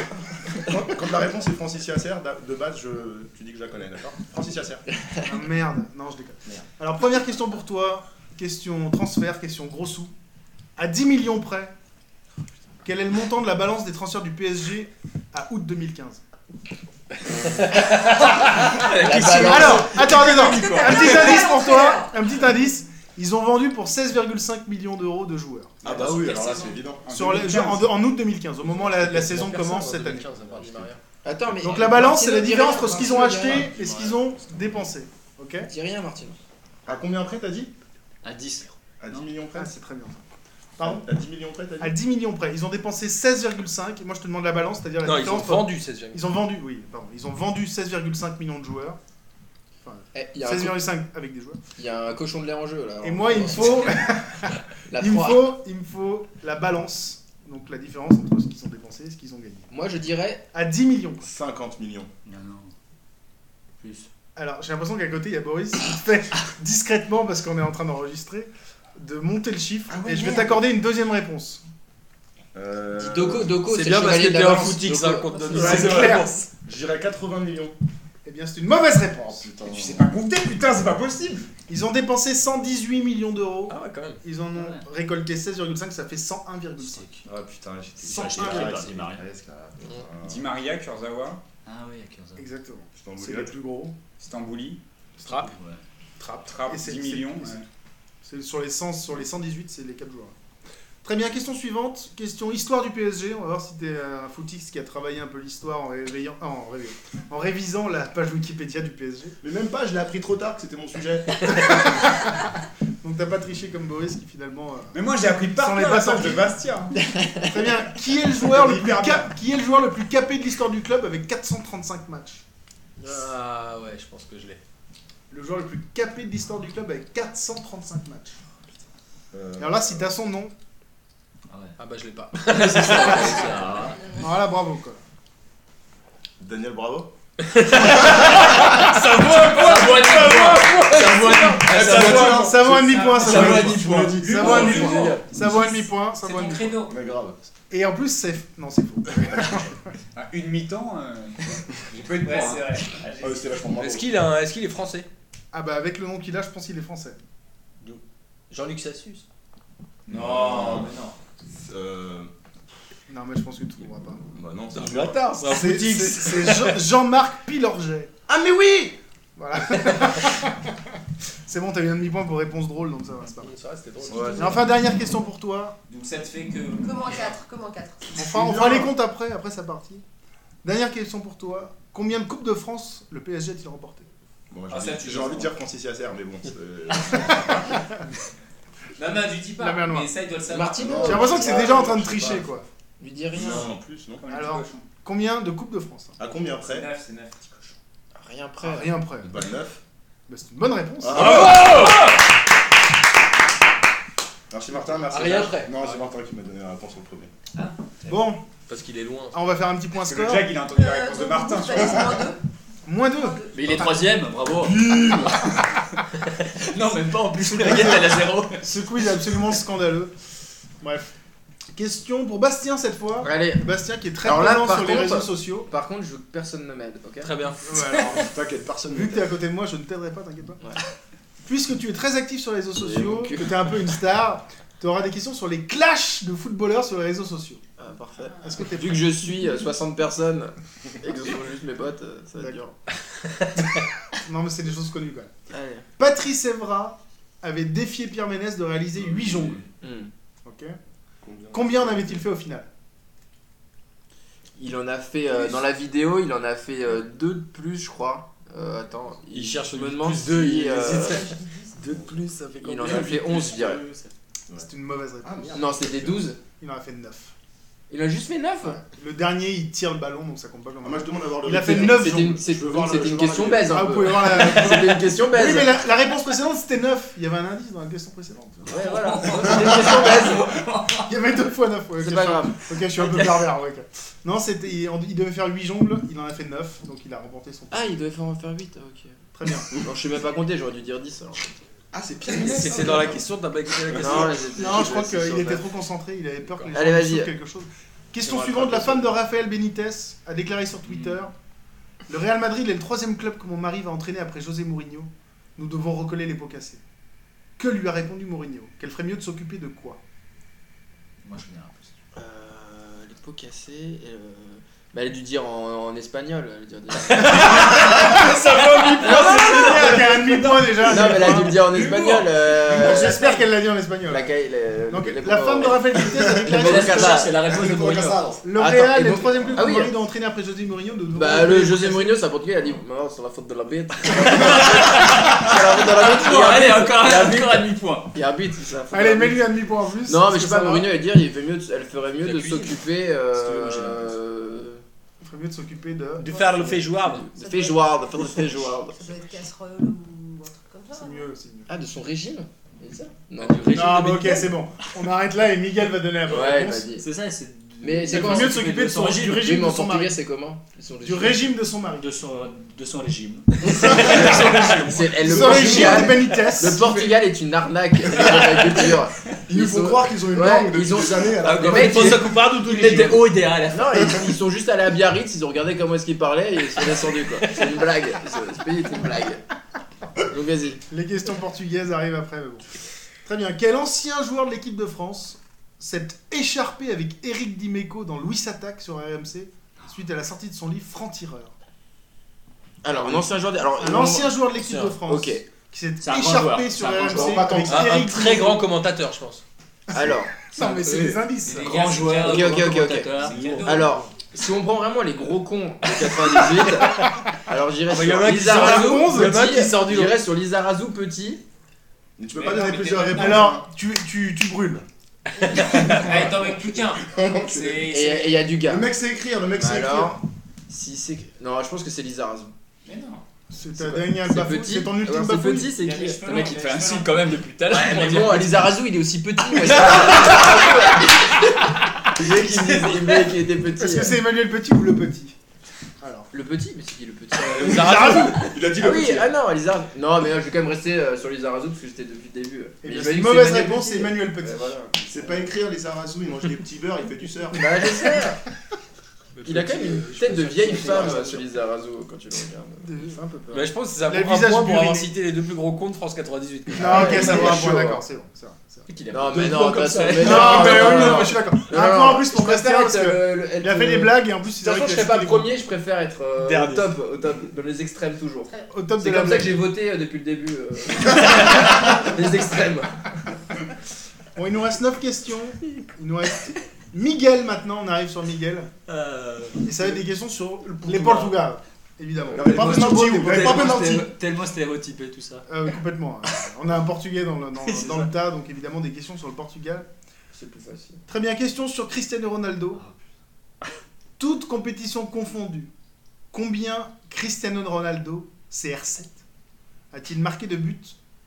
F: Quand, quand la réponse est Francis Yasser, d'a- de base, je, tu dis que je la connais, d'accord Francis Yasser.
B: Ah, merde, non, je déconne.
D: Merde.
B: Alors, première question pour toi. Question transfert, question gros sous. À 10 millions près, quel est le montant de la balance des transferts du PSG à août 2015 Alors, attends, attends, attends.
G: Est-ce que t'as
B: Un
G: bien
B: petit
G: fait
B: indice
G: à
B: pour
G: l'entrée,
B: toi.
G: là
B: Un petit indice. Ils ont vendu pour 16,5 millions d'euros de joueurs.
F: Ah bah oui, alors là, c'est évident.
B: Sur le-
A: 2015.
B: en, en août 2015, au moment où la, la saison
I: Personne,
B: commence
I: en
B: cette année.
I: 2015, à part Di Maria.
H: Attends, mais.
B: Donc la balance, c'est la
H: Martino dit
B: différence
H: rien,
B: entre ce qu'ils ont
H: Martino dit
B: acheté
H: rien.
B: et ce qu'ils ont dépensé. Ok
H: Dis rien, Martine.
F: À combien près t'as dit
E: À 10.
F: À 10 millions près
B: Ah, c'est très bien. Pardon
F: À 10 millions près t'as dit
B: À 10 millions près, ils ont dépensé 16,5. Et moi, je te demande la balance, c'est-à-dire la
C: Non, ils ont
B: différence. entre-
C: vendu 16
B: Ils ont vendu, oui, pardon. Ils ont vendu 16,5 millions de joueurs.
H: Eh, Il y, a un co-
B: 16,5 avec des joueurs.
H: il y a un cochon de l'air en jeu là.
B: Et moi, il me faut, [laughs]
H: La
B: il me
H: proie.
B: faut, il me faut la balance. Donc la différence entre ce qu'ils ont dépensé et ce qu'ils ont gagné.
H: Moi, je dirais.
B: À 10 millions. quoi.
F: 50 millions.
E: Plus.
B: Alors, j'ai l'impression qu'à côté, il y a Boris qui fait [laughs] discrètement, parce qu'on est en train d'enregistrer, de monter le chiffre.
H: Ah ouais,
B: et je vais
H: merde.
B: t'accorder une deuxième réponse.
F: Euh,
H: Dis Doko, Doko,
C: C'est
H: le
C: bien parce
H: chevalier
C: que
H: de la
C: t'es un
H: balance.
C: footix
H: Doko.
C: hein, qu'on te donne
B: Ouais,
C: ça.
B: c'est clair.
F: J'irais 80 millions.
B: Eh bien, c'est une mauvaise réponse.
F: oh, Putain.
H: tu sais
F: pas compter, putain, c'est pas possible
B: Ils ont dépensé 118 millions d'euros.
C: Ah ouais, quand même.
B: Ils en ont
E: Ouais.
B: récolté 16,5, ça fait 101,5.
F: Ah putain, j'étais
B: Sans
F: j'étais
B: un
F: pas
B: qui est
E: parti,
F: c'est
E: Maria.
F: presque, là. Putain.
A: Di Maria, Kurzawa,
E: Ah oui, à 15 heures.
B: Exactement.
F: Je t'en
B: C'est les
F: voulais.
B: plus gros.
A: Stambouli,
B: Strap.
E: Ouais.
B: Trap.
A: Trapp,
B: Et c'est-
A: 10
B: c'est-
A: millions.
B: c'est-
A: ouais.
B: C'est sur les 100, sur les 118, c'est les 4 joueurs. Très bien, question suivante. Question histoire du PSG. On va voir si t'es un footix qui a travaillé un peu l'histoire en, réveillant- ah, en, réveillant- en révisant la page Wikipédia du PSG.
F: Mais même pas, je l'ai appris trop tard que c'était mon [laughs] sujet.
B: Donc t'as pas triché comme Boris qui finalement. euh,
A: Mais moi, j'ai appris
B: Sans
A: par
B: les
A: cœur la
B: battants.
A: page de Bastia.
B: Très bien. Qui
A: [laughs]
B: est le joueur le plus
A: Hyper bien.
B: cap- qui est le joueur le plus capé de l'histoire du club avec 435 matchs
C: Ah ouais, je pense que je l'ai.
B: Le joueur le plus capé de l'histoire du club avec 435 matchs.
F: Euh,
B: Et alors là, si t'as son nom,
E: Ah ouais.
C: Ah bah je l'ai pas.
B: alors là, bravo quoi.
F: Daniel Bravo
E: Ça vaut un- Ah, ça vaut un-
B: Ça vaut un demi-point,
E: ça
B: ça
E: vaut
B: vaut
E: un
B: un
E: demi-point.
B: Ça vaut un demi-point. Ça vaut un demi-point. Ça
D: C'est
B: vaut un
D: ton
B: demi-point.
D: credo.
F: Mais grave.
B: Et en plus, c'est. Non, c'est faux.
A: À une mi-temps, euh, [laughs] j'ai pas eu de
D: Ouais,
A: points,
D: c'est
A: hein.
D: vrai.
F: Ah, c'est vachement bravo.
C: Est-ce qu'il a un- est-ce qu'il est français
B: Ah bah, avec le nom qu'il a, je pense qu'il est français.
C: Jean-Luc Sassus
D: Non, mais non.
F: Euh,
B: Non, mais je pense que tu trouveras pas.
F: Bah non, c'est
C: Ça
F: un
C: joue à tard, ça.
B: C'est c'est- c'est Jean- Jean-Marc Pilorget. Ah, mais oui Voilà. [laughs] c'est bon, t'as eu un demi-point pour réponse drôle, donc ça va, c'est pas mal.
C: c'était drôle.
F: Ouais,
B: Et Enfin, dernière question pour toi.
D: Donc ça te fait que.
G: Comment 4 Comment 4
B: On fera, on fera les comptes après, après sa partie. Dernière question pour toi. Combien de Coupes de France le PSG a-t-il remporté
F: Bon, j'ai
D: Ah, ça,
F: envie-
D: tu
F: J'ai
D: le
F: envie de
D: sens.
F: dire Francis Yasser, mais bon. c'est-
D: Non, non, tu dis
B: La
D: pas.
B: mer Noire.
D: Mais ça, il doit le savoir.
H: Martino
B: J'ai l'impression que c'est déjà en train de
F: Je sais
B: tricher,
F: pas.
B: quoi.
H: Lui dis rien.
F: Non, en plus, non.
A: Comme les
B: Alors.
A: petits cochons.
B: Combien de Coupes de France hein
F: À combien
D: C'est
F: près
D: neuf, c'est neuf. petit cochon.
H: Rien près.
B: Ah, Rien près.
F: Bah 9.
B: Bah, c'est une bonne réponse.
F: Ah, Merci Martin, merci.
H: Ah, rien
F: Jacques.
H: après.
F: Non, c'est Martin qui m'a donné la réponse au premier.
B: Bon,
C: Parce qu'il est loin.
B: on va faire un petit point
A: Parce que le
B: score.
A: Jack, il a entendu la réponse de
B: Euh,
G: Euh,
A: Martin. tu vois.
B: Moins 2.
E: Mais il est troisième, bravo. non, même pas en plus. La guette, elle a zéro.
B: Ce quiz est absolument scandaleux. Bref. Question pour Bastien cette fois.
H: Allez,
B: Bastien qui est très
H: Alors là,
B: présent
H: par
B: sur les
H: contre-
B: réseaux sociaux.
H: par contre, je veux que personne ne m'aide, ok
C: Très bien.
B: Ouais, [laughs] alors,
F: T'inquiète, personne ne
B: vu que t'es à côté de moi, je ne t'aiderai pas, t'inquiète pas.
H: Ouais.
B: Puisque tu es très actif sur les réseaux sociaux,
H: donc-
B: que t'es un peu une star, tu auras des questions sur les clashs de footballeurs sur les réseaux sociaux.
H: Ah, parfait.
B: Est-ce que t'es
H: Vu que je suis euh, 60 personnes et que ce sont juste mes potes, euh, ça va être dur.
B: D'accord. non, mais c'est des choses connues quand même.
H: Allez.
B: Patrice Evra avait défié Pierre Ménès de réaliser 8 jongles.
H: Hmm.
B: Ok. Combien en avait-il fait au final
H: Il en a fait, euh, dans la vidéo, il en a fait euh, deux de plus, je crois. Euh, attends,
C: Il cherche
H: je
C: le
H: me demande
C: plus
H: si,
C: deux, il
H: euh, [laughs]
C: Deux de plus, ça fait
H: il en a fait 11, je dirais.
B: C'est une mauvaise réponse.
H: Non, c'était 12.
B: Il en a fait 9.
H: Il en a juste fait 9
B: Le dernier, il tire le ballon, donc ça compte pas
H: Ah,
B: comme un
F: Ah, Moi, je demande à voir le.
B: Il a fait
F: replay.
B: 9
H: C'était une,
B: jongles.
H: c'est-
F: Je veux voir
H: donc
F: le-
H: c'était
F: je
H: une
F: veux voir
H: question
F: la
H: baise. un
B: Ah,
H: peu.
B: vous pouvez voir
H: [laughs]
B: la... oui,
H: C'était une question baise.
B: mais la, la réponse précédente, c'était 9. Il y avait un indice dans la question précédente.
H: [laughs] Ouais, voilà. Donc, C'était une question baise.
B: Il y avait 2 fois 9.
H: C'est pas grave.
B: Ok, je suis un peu pervers. ouais, ok. Non, c'était, il, on- il devait faire 8 jongles, il en a fait 9, donc il a remporté son
H: Ah, il devait faire en faire 8, ok.
B: Très bien.
H: Non, je sais même pas compter, j'aurais dû dire 10 alors.
F: Ah, c'est Pierre Ménès.
C: [laughs] C'était dans la question, t'as pas écouté la question.
H: Non, là, j'étais-
B: Non, je crois
H: j'étais sur
B: qu'il était
H: neuf.
B: trop concentré, il avait peur que les gens
H: Allez, vas-y.
B: lui soufflent quelque chose. Question
C: On
B: suivante, la
C: rattrape
B: femme de Rafael Benitez a déclaré sur Twitter Le Real Madrid est le troisième club que mon mari va entraîner après José Mourinho. Nous devons recoller les pots cassés. Que lui a répondu Mourinho Qu'elle ferait mieux de s'occuper de [laughs] quoi
E: Moi, je connais un peu.
H: Euh, les pots cassés. euh, Bah, elle a dû dire en, en espagnol. Elle a dû dire des-
B: Il y a Ah, un demi-point déjà.
H: Ah, non, mais elle a dû le dire en espagnol. euh,
B: J'espère qu'elle l'a dit en espagnol.
H: la, ca- la-
B: Donc,
H: la-
B: la femme de Raphaël Benitez a
H: La
B: déclaré
H: Bella
E: Velasquez,
H: Casa.
E: c'est la réponse de Mourinho.
B: Le
H: Attends, et
B: Real est
H: donc-
B: le troisième club
H: Ah oui.
B: favori d'entraîner après José Mourinho. de-
H: Bah, le José Mourinho, c'est un portugais, il a dit Non, c'est la faute de la bête. c'est la faute de la bête. il
E: Allez,
H: arbitre.
E: encore
H: Il
E: un
H: arbitre.
E: encore un demi-point.
H: Il arbitre, c'est la faute de la
B: Allez,
H: bête.
B: mets-lui un demi-point en plus.
H: Non, mais
B: parce
H: je sais
B: que ça hein.
H: pas,
B: va.
H: Mourinho, il dit il fait mieux de- elle ferait mieux
E: La
H: de
E: cuisine.
H: s'occuper.
E: Si tu veux, moi, j'ai la place.
H: Euh,
B: Il ferait mieux de s'occuper de.
C: De faire le fait jouable.
H: de Féjouard, de faire de Féjouard.
G: Ça doit être casserole ou un truc comme ça.
B: C'est mieux, c'est mieux.
H: Ah, de son régime Il dit ça Non.
B: Non, mais ok, c'est bon. On arrête là et Miguel va donner la bonne
H: Ouais,
B: réponse.
H: vas-y.
E: C'est ça, c'est.
H: Mais c'est
B: Il
H: quoi
B: vaut mieux de
H: c'est-
B: s'occuper de son du
H: Oui,
B: régime
H: mais
B: de
H: en
B: son
H: portugais,
B: mari.
H: c'est comment Son
B: Du régime de son mari.
E: De son, de son régime.
H: C'est- elle- le
B: Son régime de
H: Portugal.
B: Benitez.
H: Le Portugal est une arnaque de l'agriculture.
F: Ils nous font
H: sont-
F: croire qu'ils ont une
H: Ouais,
F: langue depuis
H: ils ont-
F: des années. alors
E: Ah,
F: que-
H: Le
E: comme
H: mec,
E: il pense
H: il-
E: à Couparde ou tout
H: il
E: les
H: était
E: jours.
H: haut et derrière la Non, ils, ils sont juste allés à Biarritz, ils ont regardé comment est-ce qu'ils parlaient et ils sont descendus quoi. C'est une blague. Ce ce pays est une blague. Donc vas-y.
B: Les questions portugaises arrivent après, mais bon. Très bien. Quel ancien joueur de l'équipe de France s'est écharpé avec Eric Dimeco dans Louis Attaque sur RMC suite à la sortie de son livre Franc-Tireur
H: Alors, un ancien joueur. de- Alors,
E: Euh,
B: Un ancien joueur de l'équipe de France
H: Ok.
B: qui s'est
E: C'est un grand
B: écharpé
E: joueur.
B: sur
E: C'est un grand
B: RMC
F: joueur. Pas tant
B: avec
F: que
C: Ah,
E: Un, un
B: Eric
E: très
B: Dimeco.
E: grand commentateur, je pense.
H: Alors,
B: Non, mais c'est
E: Oui.
B: des indices. ça.
E: Des grands joueurs,
H: Ok,
E: des
H: ok,
E: grands
H: ok, ok.
E: commentateurs.
H: alors, si on prend vraiment les gros cons de 98, alors j'irai
C: il y en
H: sur
C: a qui sort à
H: Lizarazu
B: 11,
C: le mec qui
H: petit.
C: sort du lot.
H: J'irai sur Lizarazu petit.
F: Tu peux
D: Mais
F: pas
D: non,
F: donner
D: mais
F: plusieurs
D: t'es-
F: réponses.
B: Alors, tu, tu, tu
E: [laughs]
B: brûles.
E: Eh,
D: Allez, t'en mets plus qu'un. C'est-
H: Et
D: c'est-
H: et il y a du gars.
F: Le mec sait écrire, le mec sait écrire.
H: Alors, si c'est. Non, je pense que c'est Lizarazu.
D: Mais non.
B: C'est
H: C'est
B: ta
H: quoi
B: dernière
H: C'est
B: bafouille,
H: petit.
B: c'est ton ultime
H: Alors, C'est
B: bafouille.
H: petit, c'est
D: Il y a
H: qui
D: des cheveux
E: Le mec,
D: longs,
E: il
D: y a
E: fait
D: des
E: un
D: cheveux
E: signe
D: longs.
E: quand même depuis tout à l'heure.
H: Ah, Mais
E: pour dire-
H: bon, Lizarazu, il est aussi petit. moi, [laughs] c'est- Le mec, il disait- le mec, il était petit.
B: Est-ce que c'est Emmanuel Petit ou le Petit Alors,
H: Le petit Mais c'est qui le petit
E: Lizarazu.
F: Il a dit
H: Ah
F: le
H: oui,
F: petit.
H: ah non, Lizarazu. Non, mais euh, je vais quand même rester euh, sur Lizarazu parce que j'étais depuis le début. euh.
B: eh
H: Mais
B: bien,
H: je
B: c'est
H: me dis
B: une
H: que
B: mauvaise
H: Emmanuel
B: réponse, c'est
H: Petit.
B: Emmanuel Petit.
H: Ouais, voilà.
F: C'est pas écrire, les Sarasous, il mange des petits beurres, il fait du surf.
H: Bah, je sais. Il a quand même une tête de vieille femme, euh, ce Lizarazu, quand tu le regardes.
B: De-
H: C'est un peu peur.
C: Mais je pense que c'est un
B: Le
C: un
B: visage
C: point pour
B: buriné.
C: avoir cité les deux plus gros cons de France 98. quoi.
B: Non, Ah, ok, ça
H: il
B: va, un
H: est
B: point,
H: chaud,
B: d'accord, c'est bon. c'est bon, c'est bon.
E: Il a
H: Non,
E: deux
H: mais non,
E: points
H: de toute
E: comme
H: façon.
E: ça.
H: mais
B: Non, mais
H: non, non,
B: oui,
H: non,
B: non,
H: non.
B: mais je suis d'accord.
H: Non,
B: un
H: non,
B: point en plus
H: je
B: pour Bastien
H: préfère
B: parce
H: être,
B: que.
H: euh, le-
B: Il a fait
H: être,
B: des
H: euh,
B: blagues et en plus
H: De
B: il
H: toute
B: a
H: façon, je serais pas premier, je préfère être euh, au
C: Dernier.
H: top, au top, dans les extrêmes toujours.
B: Au top de
H: C'est
B: la
H: comme ça
B: blague.
H: que j'ai voté euh, depuis le début. [laughs] euh, les extrêmes.
B: Bon, il nous reste 9 questions. Il nous reste Miguel maintenant, on arrive sur Miguel.
E: Euh,
B: Et ça va être des questions sur les
E: Portugal.
B: Portugais, évidemment.
F: Non, mais pas
E: Tellement
F: penalty,
E: stéréo-
F: mais pas
E: tellement
F: penalty.
E: stéréo- Tellement stéréotypé tout ça.
B: Euh, complètement. hein. On a un Portugais dans
H: [laughs]
B: le, dans,
E: Oui, c'est
B: dans
E: ça.
B: le tas, donc évidemment des questions sur le Portugal.
H: C'est plus facile.
B: Très bien, question sur Cristiano Ronaldo. Toutes compétitions confondues, combien Cristiano Ronaldo CR7 a-t-il marqué de buts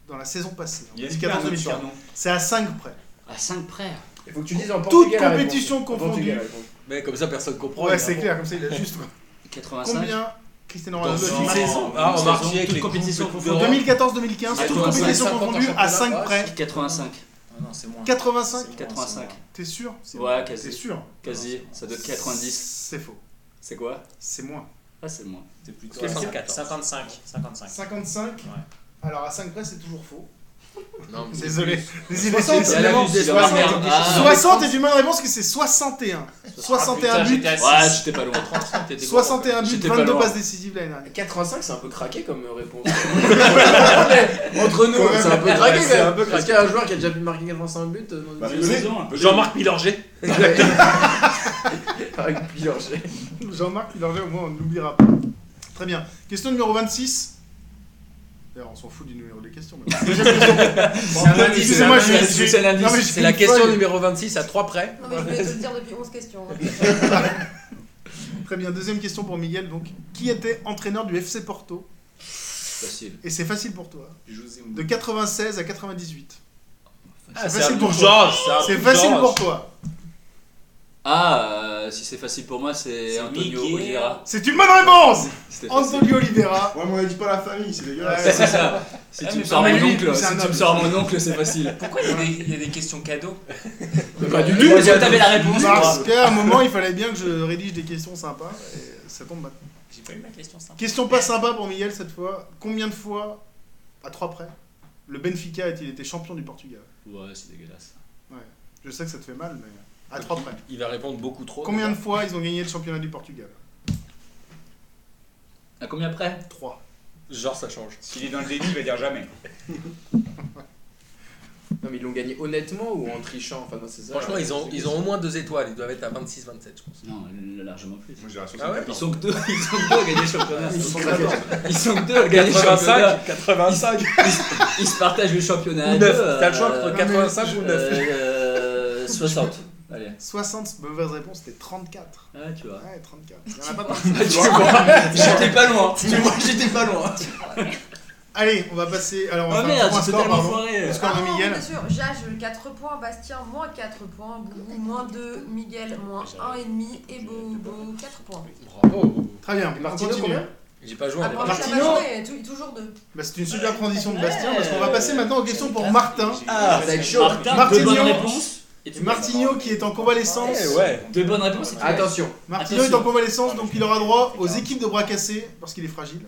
B: dans la saison passée en
A: Il y a
B: 2014,
A: hein.
B: 2015? C'est à 5 près.
E: À 5 près. hein.
H: Il faut que tu dises en
B: Toutes
H: Portugal, la réponse.
B: compétitions
H: En Portugal, la réponse.
C: Mais comme ça, personne comprend.
B: Ouais,
C: il a
B: c'est
C: un
B: clair, comme ça il a juste. quoi.
E: 85.
B: Combien Cristiano
E: Dans
B: Ronaldo
E: une
B: a-t-il marqué
E: saison.
C: Ah,
E: Une
C: on marche
E: saison,
C: avec
E: toutes
C: les
E: compétitions
C: coupes de
E: confondues.
C: Coupe d'Europe.
B: 2014-2015,
E: 85,
B: toutes compétitions
D: 50 en
B: confondues à
D: championnat.
B: 5 près.
D: Ouais,
E: 85.
D: Ah Non, c'est moins.
B: 85
D: C'est moins,
E: 85.
B: T'es sûr
E: C'est Ouais,
B: T'es
E: quasi.
B: sûr
E: Quasi. Ça doit être 90.
B: C'est faux.
E: C'est quoi
B: C'est moins.
E: Ah, c'est moins.
D: C'est plutôt
E: 74.
D: 55. 55.
B: 55 Alors à 5 près, c'est toujours faux.
H: Non, mais c'est
B: Désolé. Les idées,
F: 60,
B: c'est
E: elle a
B: vraiment
E: vu, c'est
B: 60.
E: la merde. Ah,
B: 60 est une bonne réponse que c'est 61. 61 buts.
E: Ouais, j'étais pas loin.
B: 61 buts,
E: J'étais pas
B: 22
E: loin.
B: passes décisives l'année dernière.
H: 85, c'est un peu craqué comme euh, [laughs] réponse. Mais Entre nous, hein,
F: Quand même.
H: c'est un peu craqué quand
C: C'est un
H: même.
C: peu
H: Est-ce
C: craqué.
H: qu'il y a un joueur qui a déjà pu marquer 85 buts euh, dans une
F: Bah,
H: saison
F: mais oui.
C: Jean-Marc Milorget.
H: [laughs] Avec Pilorget.
B: Jean-Marc, il enlève au moins, on ne l'oubliera pas. Très bien. Question numéro 26. D'ailleurs, on s'en fout du numéro des questions. mais- Deuxième question.
C: C'est un indice,
B: Excusez-moi,
C: c'est un
B: je-
C: indice,
B: je-
C: c'est un
B: non, mais
C: indice.
B: je-
C: C'est la
B: une
C: question
B: feuille.
C: numéro 26 à 3 près.
G: Non, mais je voulais te le dire depuis 11 questions. hein.
B: Très bien. Deuxième question pour Miguel. Donc, qui était entraîneur du FC Porto
E: Facile.
B: Et c'est facile pour toi. De 96 à 98.
C: Ah,
B: C'est
C: c'est
B: facile
C: un
B: pour
C: Georges, un
B: C'est
C: Georges.
B: facile pour toi.
E: Ah, euh, si c'est facile pour moi, c'est
D: C'est
E: Antonio
D: Miguel.
E: Oliveira.
B: C'est une bonne réponse
E: C'était facile.
B: Antonio Oliveira.
F: Ouais, mais on a dit pas la famille, c'est dégueulasse.
E: C'est ça. Si
D: Ah,
E: tu
D: mais
E: me sors
D: pas
E: mon
B: lui,
E: oncle,
B: c'est un
E: si tu
B: homme.
E: me sors mon oncle, c'est facile.
D: Pourquoi il y, a des, il y a des questions cadeaux
E: Pas du tout. Parce que t'avais la réponse.
B: Parce qu'à un moment, il fallait bien que je rédige des questions sympas. Et ça tombe maintenant.
D: J'ai pas eu ma question simple.
B: Question pas sympa pour Miguel cette fois. Combien de fois, à 3 près, le Benfica a-t-il été champion du Portugal
E: Ouais, c'est dégueulasse.
B: Je sais que ça te fait mal, mais à 3 près.
C: Il va répondre beaucoup trop.
B: Combien de fois ils ont gagné le championnat du Portugal
E: À combien près
B: 3.
C: Genre, ça change.
A: S'il est dans le déni, il va dire jamais.
H: Non, mais ils l'ont gagné honnêtement ou en trichant Enfin, non, c'est ça.
C: Franchement,
H: la-
C: ils ont,
H: c'est-
C: ils ont au moins deux étoiles. Ils doivent être à 26, 27, je pense.
E: Non, largement plus.
F: Moi, j'irai à
C: Ah ouais
E: Ils sont que deux, ils sont que deux à gagner le championnat.
H: Ils sont d'accord.
E: Ils sont que deux à gagner le championnat.
C: 85
E: Ils se partagent le championnat à
C: ou 9.
E: deux.
C: T'as le choix
E: euh,
C: entre 85 ou 9.
E: euh, 60. Allez.
B: 60, mauvaise réponse, c'était 34.
E: Ah, tu vois.
B: Ouais, 34. Il y en a pas parti.
E: [laughs] tu vois, j'étais pas loin. Tu vois, j'étais pas loin.
B: Allez, on va passer. Alors, on va
E: Oh
B: faire
E: merde,
B: un
E: j'ai Ah,
B: score,
E: totalement
B: pardon.
E: foiré.
B: Le score de
G: Ah non, bien
B: Miguel.
G: sûr. Jage, 4 points. Bastien, moins 4 points. Boubou, moins 2. Miguel, moins 1,5. Et Bobo, 4 points.
C: Bravo.
B: Très bien.
H: Et
B: on
H: Martino,
B: continue.
H: combien
C: J'ai pas joué.
G: Ah,
C: on est
G: bon,
C: pas-
G: ça
B: Martino.
G: va jouer, tout- toujours 2.
B: Bah, c'est une super transition de Bastien parce qu'on va passer maintenant aux questions pour Martin.
E: Ah,
H: Ça va être chaud.
E: Martin, deux
B: Martignon.
E: bonnes réponses. Et tu
B: Martigno qui est en convalescence.
C: Eh ouais.
E: Deux bonnes réponses. et tu-
H: Attention.
B: Martigno est en
E: Attention.
B: convalescence, donc il aura droit aux équipes de bras cassés parce qu'il est
C: [laughs]
B: fragile.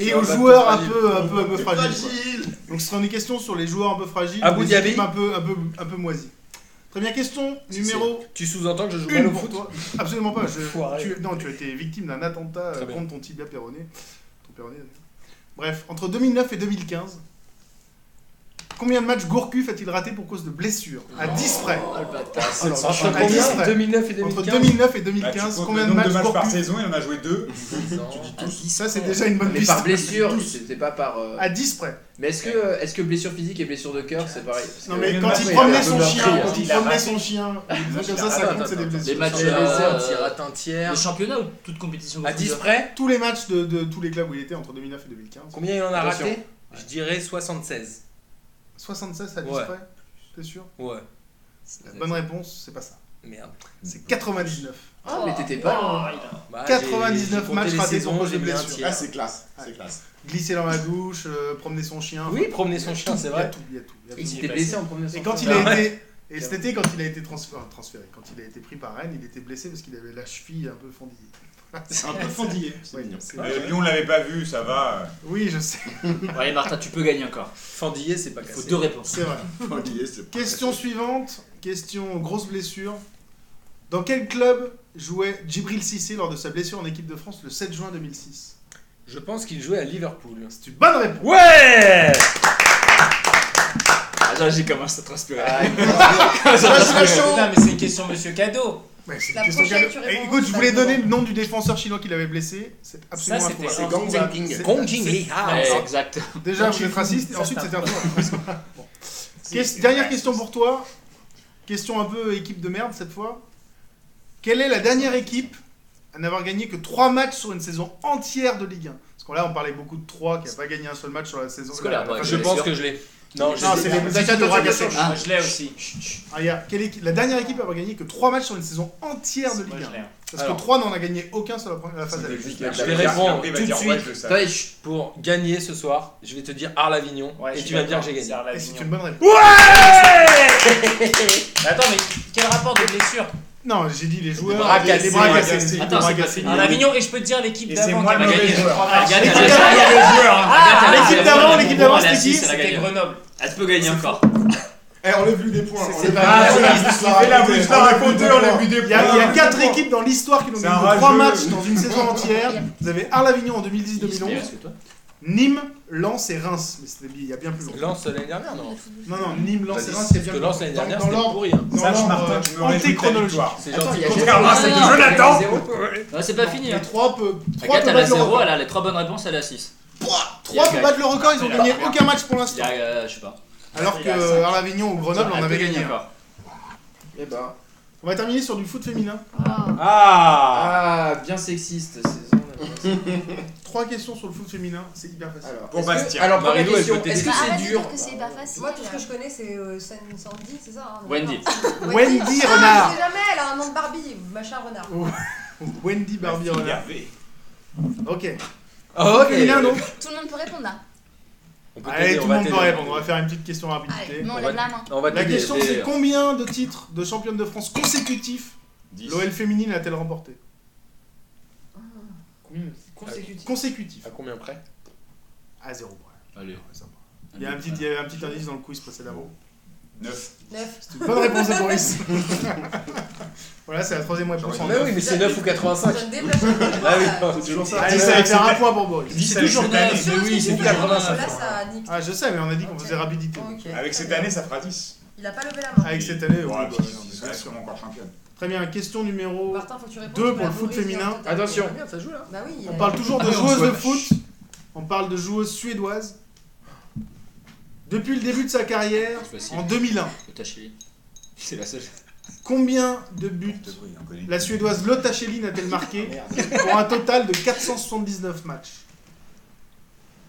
B: Et aux
C: Sur un
B: joueurs un
C: bateau
B: peu, un peu, un peu fragiles. quoi. Donc ce seront des questions sur les joueurs un peu fragiles,
C: Abu
B: les
C: Dhabi.
B: équipes un peu, un peu, un peu moisies. Première question, numéro
C: Tu sous-entends que je joue mal
B: 1
C: au
B: pour
C: foot
B: toi. Absolument pas. je-
C: Enfoiré.
B: tu, non, tu as été victime d'un attentat euh,
C: Très bien.
B: contre ton tibia péroné. Ton péroné, d'ailleurs. Bref, entre 2009 et 2015, combien de matchs Gourcuff a-t-il raté pour cause de blessure À 10 près.
C: Entre
B: à 10
C: combien
B: près.
C: 2009 et
B: Entre
C: 2015
B: 2009 et
F: Bah, tu
B: 2015,
F: comptes
B: combien
F: le
B: de
F: nombre
B: matchs
F: par
B: Gourcuff
F: saison Il en a joué
E: [laughs]
F: deux. tu dis tous.
B: Ça, c'est déjà une bonne
H: Mais
B: piste.
H: par blessure, c'était pas par. euh,
B: À 10 près.
H: Mais est-ce que, est que blessure physique et blessure de cœur, c'est pareil Parce
B: Non,
H: que-
B: mais
F: Lionel
B: quand
F: Messi,
B: il
F: il
B: promenait
H: a
B: son
H: double
B: chien,
H: prix,
B: quand
H: hein.
B: il
F: Il a
B: promenait
F: raté.
B: son chien, des trucs comme ça, ça
C: Attends,
B: compte, c'est des
C: attends,
E: Les
B: blessures.
E: matchs
H: Sur hein. les réserves,
E: euh,
H: s'il rate un tiers.
E: Le championnat ou toute compétition Oh,
C: À 10 près
B: Tous les matchs de, de tous les clubs où il était entre 2009 et 2015.
C: Combien il en a
H: Attention.
C: raté Je dirais 76.
B: 76 à 10
C: Ouais.
B: près, t'es sûr
C: Ouais.
B: La bonne réponse, c'est pas ça.
C: Merde.
B: C'est 99.
H: Ah, mais t'étais pas loin.
C: Bah,
B: 99
C: j'ai- j'ai
B: matchs
C: compté les
B: ratés
C: saisons,
B: pour cause de
C: j'ai mis un
B: blessure.
C: tiers.
F: Ah, c'est classe. C'est classe.
B: Glisser dans la douche, euh, promener son chien.
C: Oui, promener son chien, c'est
B: il y a
C: vrai.
B: tout, il y a tout. il y a
H: Il
B: tout.
H: s'était blessé en premier
B: Et quand il a été. Et cet été, quand il a été transféré, transféré, quand il a été pris par Rennes, il était blessé parce qu'il avait la cheville un peu fendillée.
F: Un peu fendillé. C'est
B: Ouais,
F: mignon.
B: c'est-
A: Euh, Lyon l'avait pas vu, ça va.
B: Oui, je sais,
E: Allez, Martin, tu peux gagner encore.
C: Fendillé, c'est pas
E: Il faut
C: cassé.
E: deux réponses.
B: c'est vrai.
F: Fendillé, c'est pas-
B: Question suivante, question grosse blessure. Dans quel club jouait Djibril Cissé lors de sa blessure en équipe de France le 7 juin 2006
C: Je pense qu'il jouait à Liverpool.
B: C'est une bonne réponse.
C: Ouais
E: Ah, là, j'ai commencé à transpirer.
B: Ah,
D: Putain, mais c'est une question Monsieur Cadeau.
B: Ouais, c'est une
G: La
B: question
G: prochaine,
B: cadeau.
G: tu
B: Et
G: réponds,
B: écoute, je voulais
G: ça
B: donner le nom du défenseur chinois qui l'avait blessé. C'est
D: Ça,
B: absolument
D: c'était
B: improbable.
D: un
F: Gong Zhang-King.
B: C'est-
C: Gong Jing Li
D: Ah,
E: Ouais,
D: c'est-
E: exact.
B: Déjà,
D: Donc,
B: vous êtes raciste, et
D: ça,
B: ensuite,
D: c'est
B: c'était un tour. Bon. Ques- Dernière question pour toi. Question un peu équipe de merde cette fois. Quelle est la dernière équipe à n'avoir gagné que 3 matchs sur une saison entière de Ligue 1 Parce que là, on parlait beaucoup de 3 qui n'a pas gagné un seul match sur la saison.
E: Scolaire,
B: la- la-
E: pas
B: la-
C: Je
E: Bien
C: pense
E: sûr.
C: que je l'ai. Non, je
B: Non,
C: l'ai.
B: c'est les
F: Attends,
B: équipes de bras cassés.
E: Ah.
D: Moi, je l'ai aussi.
B: Ah, il y a- quelle équipe- La dernière équipe à avoir gagné que 3 matchs sur une saison entière de
D: Moi,
B: Ligue
D: je l'ai.
B: 1. Parce que
C: Alors.
B: 3 n'en a gagné aucun sur la, première- la phase à
F: Juste
H: Je
F: la-
C: Je vais
F: la-
C: répondre
F: Après, il va
C: tout de
F: dire, ouais,
C: suite.
F: je le savais.
H: Attendez, chut.
C: Pour gagner ce soir, je vais te dire Arles Avignon
D: Ouais,
C: et
D: je
C: tu
D: suis
C: vas me dire
D: d'accord,
C: que j'ai
D: c'est
C: gagné.
B: Et
D: Arlavignon.
B: c'est une bonne réponse.
D: Mais Attends, mais quel rapport de blessure
B: Non, j'ai dit les joueurs.
C: bras
B: les-
C: cassés,
B: les bras
C: les bras
B: cassés,
A: cassés.
B: les
E: Attends,
B: bras
E: c'est pas
B: cassés.
E: fini.
D: En Avignon, et je peux te dire l'équipe
A: Et
D: d'avant.
A: c'est moi
D: qui
A: le
D: a
A: mauvais
D: gagné.
A: joueur.
D: Ah,
E: Regarde,
D: l'équipe
E: elle a-
D: d'avant,
E: elle a-
D: Ah,
B: l'équipe
D: elle a-
B: d'avant,
D: elle a-
B: l'équipe d'avant,
E: elle a-
B: c'était qui
E: elle a
D: C'était
E: gagné.
D: Grenoble.
E: Elle peut gagner encore.
F: Eh, on a vu des points.
B: c'est
F: on
B: pas
F: l'a vu.
B: grave.
F: Ah, la Bruce l'a raconté, on a vu des
B: Il
F: points.
B: y a, il y a quatre équipes dans l'histoire qui n'ont
F: C'est
B: gagné
F: un
B: que trois
F: rageux.
B: matchs dans une saison entière. Vous avez Arles-Avignon en 2010-2011, Nîmes, Lens et Reims. Mais c'était il y a bien plus longtemps.
C: Lance l'année dernière, non
B: Non, non, Nîmes, Lens et Reims, c'est
C: Parce
B: bien
C: que
B: plus
C: Lance l'année
B: longtemps.
C: dernière,
B: Dans
C: c'était
B: l'ordre-
C: pourri. hein.
B: dans
A: Sache,
B: l'ordre,
A: Martin,
B: euh,
A: je me réjouis de ta
B: antéchronologique.
A: victoire.
C: C'est
H: Attends,
C: gentil.
H: il y a Ah,
A: Contrairement à celle de Jonathan.
E: Non, c'est pas fini.
B: Les
E: Hein.
B: trois peuvent. Trois
E: Agathe, elle
B: peuvent
E: a
B: battre le
E: 0,
B: record.
E: elle a les 3 bonnes réponses, elle a 6.
B: Trois peuvent battre le record, ils ont
E: Il a-
B: gagné aucun match pour
E: Il y
B: l'instant.
E: a, euh, je sais pas.
B: Alors
D: il
B: que
D: a cinq.
B: Arles-Avignon ou Grenoble
E: Elle
B: en
E: peut
B: avait
E: gagner
B: gagné. un.
E: encore.
H: Eh ben.
B: On va terminer sur du foot féminin.
A: Ah
H: Ah, bien sexiste,
B: [laughs]
H: saison.
B: Trois questions sur le foot féminin, bah, c'est hyper facile.
H: Alors,
A: Pour
H: est-ce que-
A: Bastien.
H: Alors, première
C: Marilou, elle
H: question,
C: peut
H: est-ce que
J: Bah,
H: c'est
J: arrête de
H: dur
J: dire que c'est hyper facile.
G: Moi, tout ce que je connais, c'est euh, San- Sandy, c'est ça hein,
E: Wendy.
G: d'accord.
B: [laughs] Wendy
G: Ah,
B: Renard.
G: Je sais jamais, elle a un nom de Barbie, machin renard.
B: Wendy Barbie
A: Il y
B: Renard.
A: avait-
B: Ok.
C: Ah,
B: Foot féminin, non
J: Tout le monde peut répondre hein. là.
C: On peut
B: Allez,
C: t'aider,
B: tout
C: on
B: le
C: va
B: monde peut
C: t'aider.
B: répondre. On va faire une petite question rapidité.
J: Allez, mais on lève la main.
C: On va
B: La
C: t'aider.
B: question
E: des-
B: c'est combien de titres de championne de France consécutifs l'OL féminine a-t-elle remporté
H: Consécutif.
B: Consécutifs.
C: À combien près
B: À zéro. ouais.
E: Allez.
B: Il y a un petit, il y avait un petit indice dans le quiz précédemment.
A: 9.
G: 9.
B: C'est une bonne réponse de [laughs] Boris. voilà, c'est la troisième réponse en
C: Mais
B: neuf.
C: oui, mais c'est 9 ou 85.
G: Ça me déplace complètement,
C: Ah oui,
G: là.
C: c'est toujours ça.
B: Allez, ça va faire un point pour Boris.
C: C'est toujours
G: Je
C: neuf.
G: suis sûre,
C: Mais oui,
G: parce que
C: c'est
G: du coup,
C: 85.
G: Là, ça nique.
B: Ah, je sais, mais on a dit qu'on faisait rapidité.
G: Ok.
A: Avec cette année, ça fera 10.
G: Il a pas levé la main.
B: Avec cette année,
A: Bon,
B: oui,
A: ouais,
B: bah,
A: parce
B: on est
A: qu'ils
B: bien
A: sont
B: sûr.
A: encore championne.
B: Très bien, question numéro.
G: Martin, faut que tu répondes.
B: Deux
G: tu peux
B: pour le
G: la
B: foot
G: pourrir,
B: féminin.
G: hein,
C: Attention.
G: totalement.
C: Ah, ça joue là.
G: Bah oui.
B: On
G: euh,
B: parle toujours de
A: Ah, on
B: joueuses
A: se
B: de
A: lâche.
B: foot. On parle de joueuses suédoises. Depuis le début de sa carrière,
E: C'est facile.
B: en 2001,
E: Lotta Schelling. C'est la seule.
B: combien de buts
A: Il en connaît.
B: la suédoise Lotta Schelling a-t-elle marqué pour un total de 479 matchs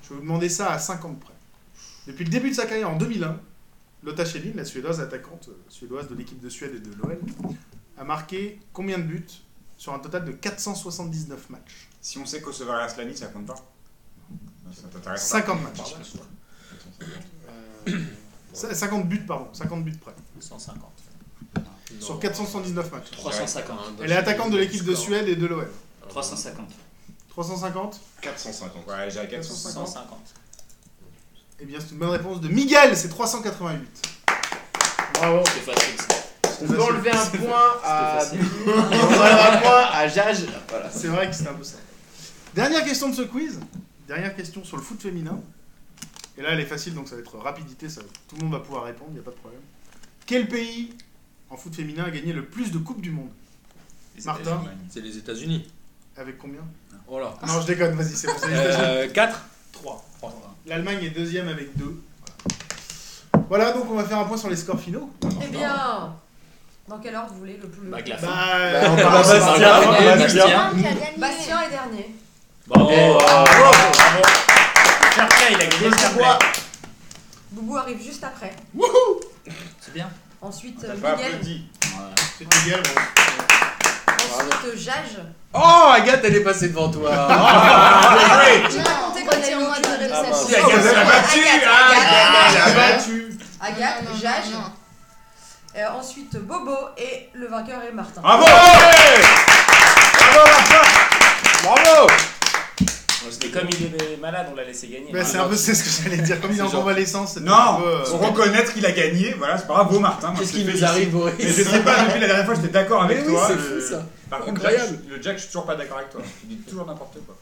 B: Je vais vous demander ça à 50 près. Depuis le début de sa carrière en 2001, Lotta Schelling, la suédoise attaquante euh, suédoise de l'équipe de Suède et de l'OL, a marqué combien de buts sur un total de 479 matchs
A: Si on sait qu'Osevar Aslani, ça compte pas Ça t'intéresse pas
B: 50 matchs. Ça, 50 buts, pardon, 50 buts près.
D: 150.
B: Sur 479 matchs.
E: 350.
B: Elle est attaquante de l'équipe de Suède et de l'OL.
D: Euh,
E: 350.
B: 350
F: 450.
A: Ouais, j'ai 450.
D: 150.
B: Eh bien, c'est une bonne réponse de Miguel, c'est 388.
H: Bravo.
E: C'est facile. ça.
H: On peut enlever un point
B: Ah,
H: à.
E: C'était
H: On enlève un point à Jage. Voilà.
B: C'est vrai que c'est un peu ça. Dernière question de ce quiz. Dernière question sur le foot féminin. Et là, elle est facile, donc ça va être rapidité. Ça, tout le monde va pouvoir répondre, il n'y a pas de problème. Quel pays en foot féminin a gagné le plus de Coupes du Monde Martin,
C: C'est les États-Unis.
B: avec combien
C: Oh là.
B: Non, je déconne, vas-y, c'est pour ça.
C: Euh, 4
B: 3. L'Allemagne est deuxième avec 2. Voilà, donc on va faire un point sur les scores finaux.
G: Eh bien. Dans quel ordre vous voulez le plus
E: Bah, Glafin.
B: Bah,
F: Bah, on
B: bah,
F: commence
B: bah,
F: par
B: bah,
F: Gaffe.
B: bah,
E: Bastien.
J: Bastien qui a gagné.
G: [laughs] Bastien est dernier.
E: Bravo.
H: Eh, ah.
D: Fair-play, il a gagné le fair-play.
G: Boubou arrive juste après.
E: C'est bien.
G: Ensuite,
F: T'as
G: euh,
F: pas
G: Miguel.
F: applaudi.
B: c'est Miguel, bon.
G: Ensuite, euh, Jage.
C: Oh, Agathe, elle est passée devant
H: [laughs]
C: toi.
H: Ah,
G: J'ai raconté quand il y a eu
J: Retire-moi
G: aucune
J: de
F: Ah,
G: réponse.
J: réception.
F: bah,
C: Si, Agathe,
A: elle a battu
J: Agathe,
A: Ah,
J: Agathe.
A: elle a
B: battu.
J: Non, non,
G: Agathe,
J: non,
G: Jage.
J: non.
G: Euh, ensuite, Bobo. Et le vainqueur est Martin.
A: Bravo
C: Bravo
D: Et comme il est malade, on l'a laissé gagner.
B: Bah, c'est un peu c'est ce que j'allais dire, comme il est en
C: C'est genre-
B: convalescence. c'était un peu,
A: Non
B: euh,
A: Faut reconnaître qu'il a gagné, voilà, Oh, c'est bravo Martin. moi,
I: Qu'est-ce
A: je
I: qui
A: te
I: nous
A: félicite.
I: arrive, Boris
A: Mais je sais pas, depuis la dernière fois, j'étais d'accord avec
I: Mais oui,
A: toi.
I: c'est
A: le-
I: fou ça.
A: Par contre, Jack,
I: Incroyable.
A: le Jack, je suis toujours pas d'accord avec toi. Tu dis toujours n'importe quoi.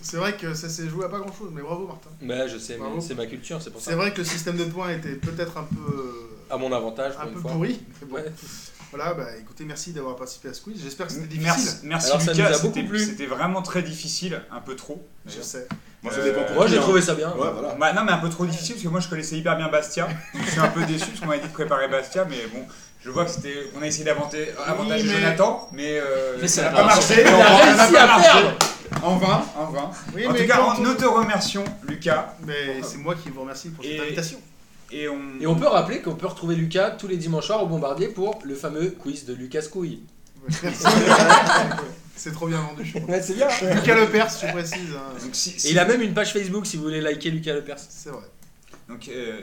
B: C'est vrai que ça s'est joué à pas grand chose, mais bravo Martin.
C: Bah, je sais, mais
B: Bravo.
C: c'est ma culture, c'est pour
B: C'est
C: ça.
B: vrai que le système de points était peut-être un peu,
C: À mon avantage, pour
B: un
C: une
B: peu
C: fois.
B: pourri. mais bon.
C: Ouais.
B: Voilà, bah écoutez, merci d'avoir participé à ce quiz. J'espère que c'était difficile.
A: Merci, merci
C: Alors, ça
A: Lucas,
C: nous a beaucoup
A: c'était
C: plu.
A: c'était vraiment très difficile, un peu trop.
B: Je sais.
F: Moi, ça dépend pour
C: Moi,
F: qui,
C: j'ai
F: hein.
C: trouvé ça bien.
F: Ouais, voilà.
A: Bah, non, mais un peu trop difficile parce que moi je connaissais hyper bien Bastia. je suis un peu déçu parce qu'on m'a dit de préparer Bastia, mais bon, je vois que c'était. On a essayé d'avanter- avantager
B: Oui, mais-
A: Jonathan, mais, euh,
E: Mais ça
A: n'a
E: n'a
A: pas
E: pas
A: marché.
C: On
A: On
C: a réussi à perdre
A: En vain, en vain.
B: Oui,
A: en
B: mais,
A: tout cas,
B: quand
A: on-
B: on-
A: nous te remercions, Lucas,
B: mais c'est moi qui vous remercie pour cette
A: Et-
B: invitation.
A: et on.
C: Et on peut rappeler qu'on peut retrouver Lucas tous les dimanches soirs au Bombardier pour le fameux quiz de Lucas Couille.
B: Ouais, merci. c'est trop bien vendu.
C: Ouais, c'est bien.
B: Lucas Lepers, je précise. hein.
A: Donc, si-
C: Et
A: si-
C: il a même une page Facebook si vous voulez liker Lucas Lepers.
B: C'est vrai.
A: donc, euh,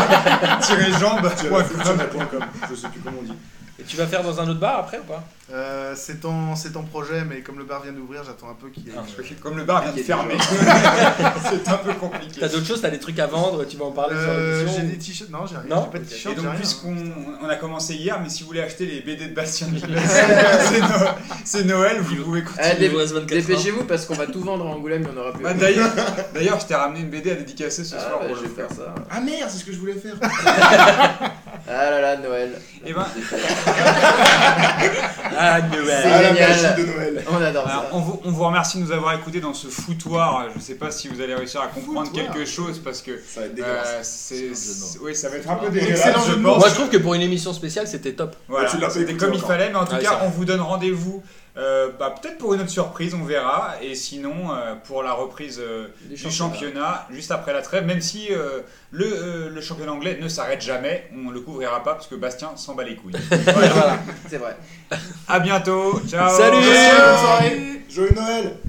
A: Lucas-2-Leclerc-Jambe.
F: Tu as foutu sur la point com. Je sais plus comment on dit.
C: Et tu vas faire dans un autre bar après ou pas
B: Euh, c'est en, c'est en projet, mais comme le bar vient d'ouvrir, j'attends un peu qu'il
C: Ah.
B: y ait.
A: Comme le bar vient de fermer, c'est un peu compliqué.
C: T'as d'autres choses, t'as des trucs à vendre, tu vas en parler
B: Euh,
C: sur
B: j'ai des
C: l'émission.
B: t-shirts. Non, j'ai rien.
C: Non
B: J'ai pas de
A: Et
B: t-shirt. j'ai
A: donc,
B: rien. hein.
A: puisqu'on on a commencé hier, mais si vous voulez acheter les BD de Bastien Miguel, c'est Noël- c'est Noël, vous pouvez
H: Eh,
A: continuer.
H: dé-
E: Il vous reste 24 heures.
H: Dépêchez-vous parce qu'on va tout vendre à Angoulême, il y en aura plus.
A: Bah, D'ailleurs, d'ailleurs, je t'ai ramené une BD à dédicacer ce
H: Ah,
A: soir.
H: bah,
A: pour
H: je
A: le
H: vais
A: faire.
H: faire ça.
F: Ah merde, c'est ce que je voulais faire.
H: Ah là là, Noël.
A: Eh ben,
C: Ah,
H: C'est
C: Noël.
F: Ah, la magie
H: génial.
F: de Noël.
H: On adore
A: alors,
H: ça.
A: on, vous, on vous remercie de nous avoir écoutés dans ce foutoir. Je sais pas si vous allez réussir à comprendre
B: Foutoir.
A: quelque chose parce que
F: Ça va être dégueulasse.
A: euh, c'est,
E: C'est un jeu de
A: oui, ça va être un peu
B: Excellent
A: dégueulasse.
B: jeu
A: Je
B: de
A: pense.
C: Moi, je trouve que pour une émission spéciale, c'était top.
A: Voilà,
F: Bah, Tu l'as pas
A: c'était
F: écouté
A: comme il
F: encore.
A: fallait, mais en tout
C: Ouais, c'est
A: cas,
C: vrai.
A: on vous donne rendez-vous euh, bah, peut-être pour une autre surprise, on verra. Et sinon, euh, pour la reprise euh,
H: Les
A: du
H: championnats.
A: championnat juste après la trêve, même si euh, le, euh, le championnat anglais ne s'arrête jamais, on le couvrira pas parce que Bastien s'en bat les couilles.
H: C'est vrai.
A: à bientôt, ciao
C: Salut
A: Ciao.
F: Joyeux Noël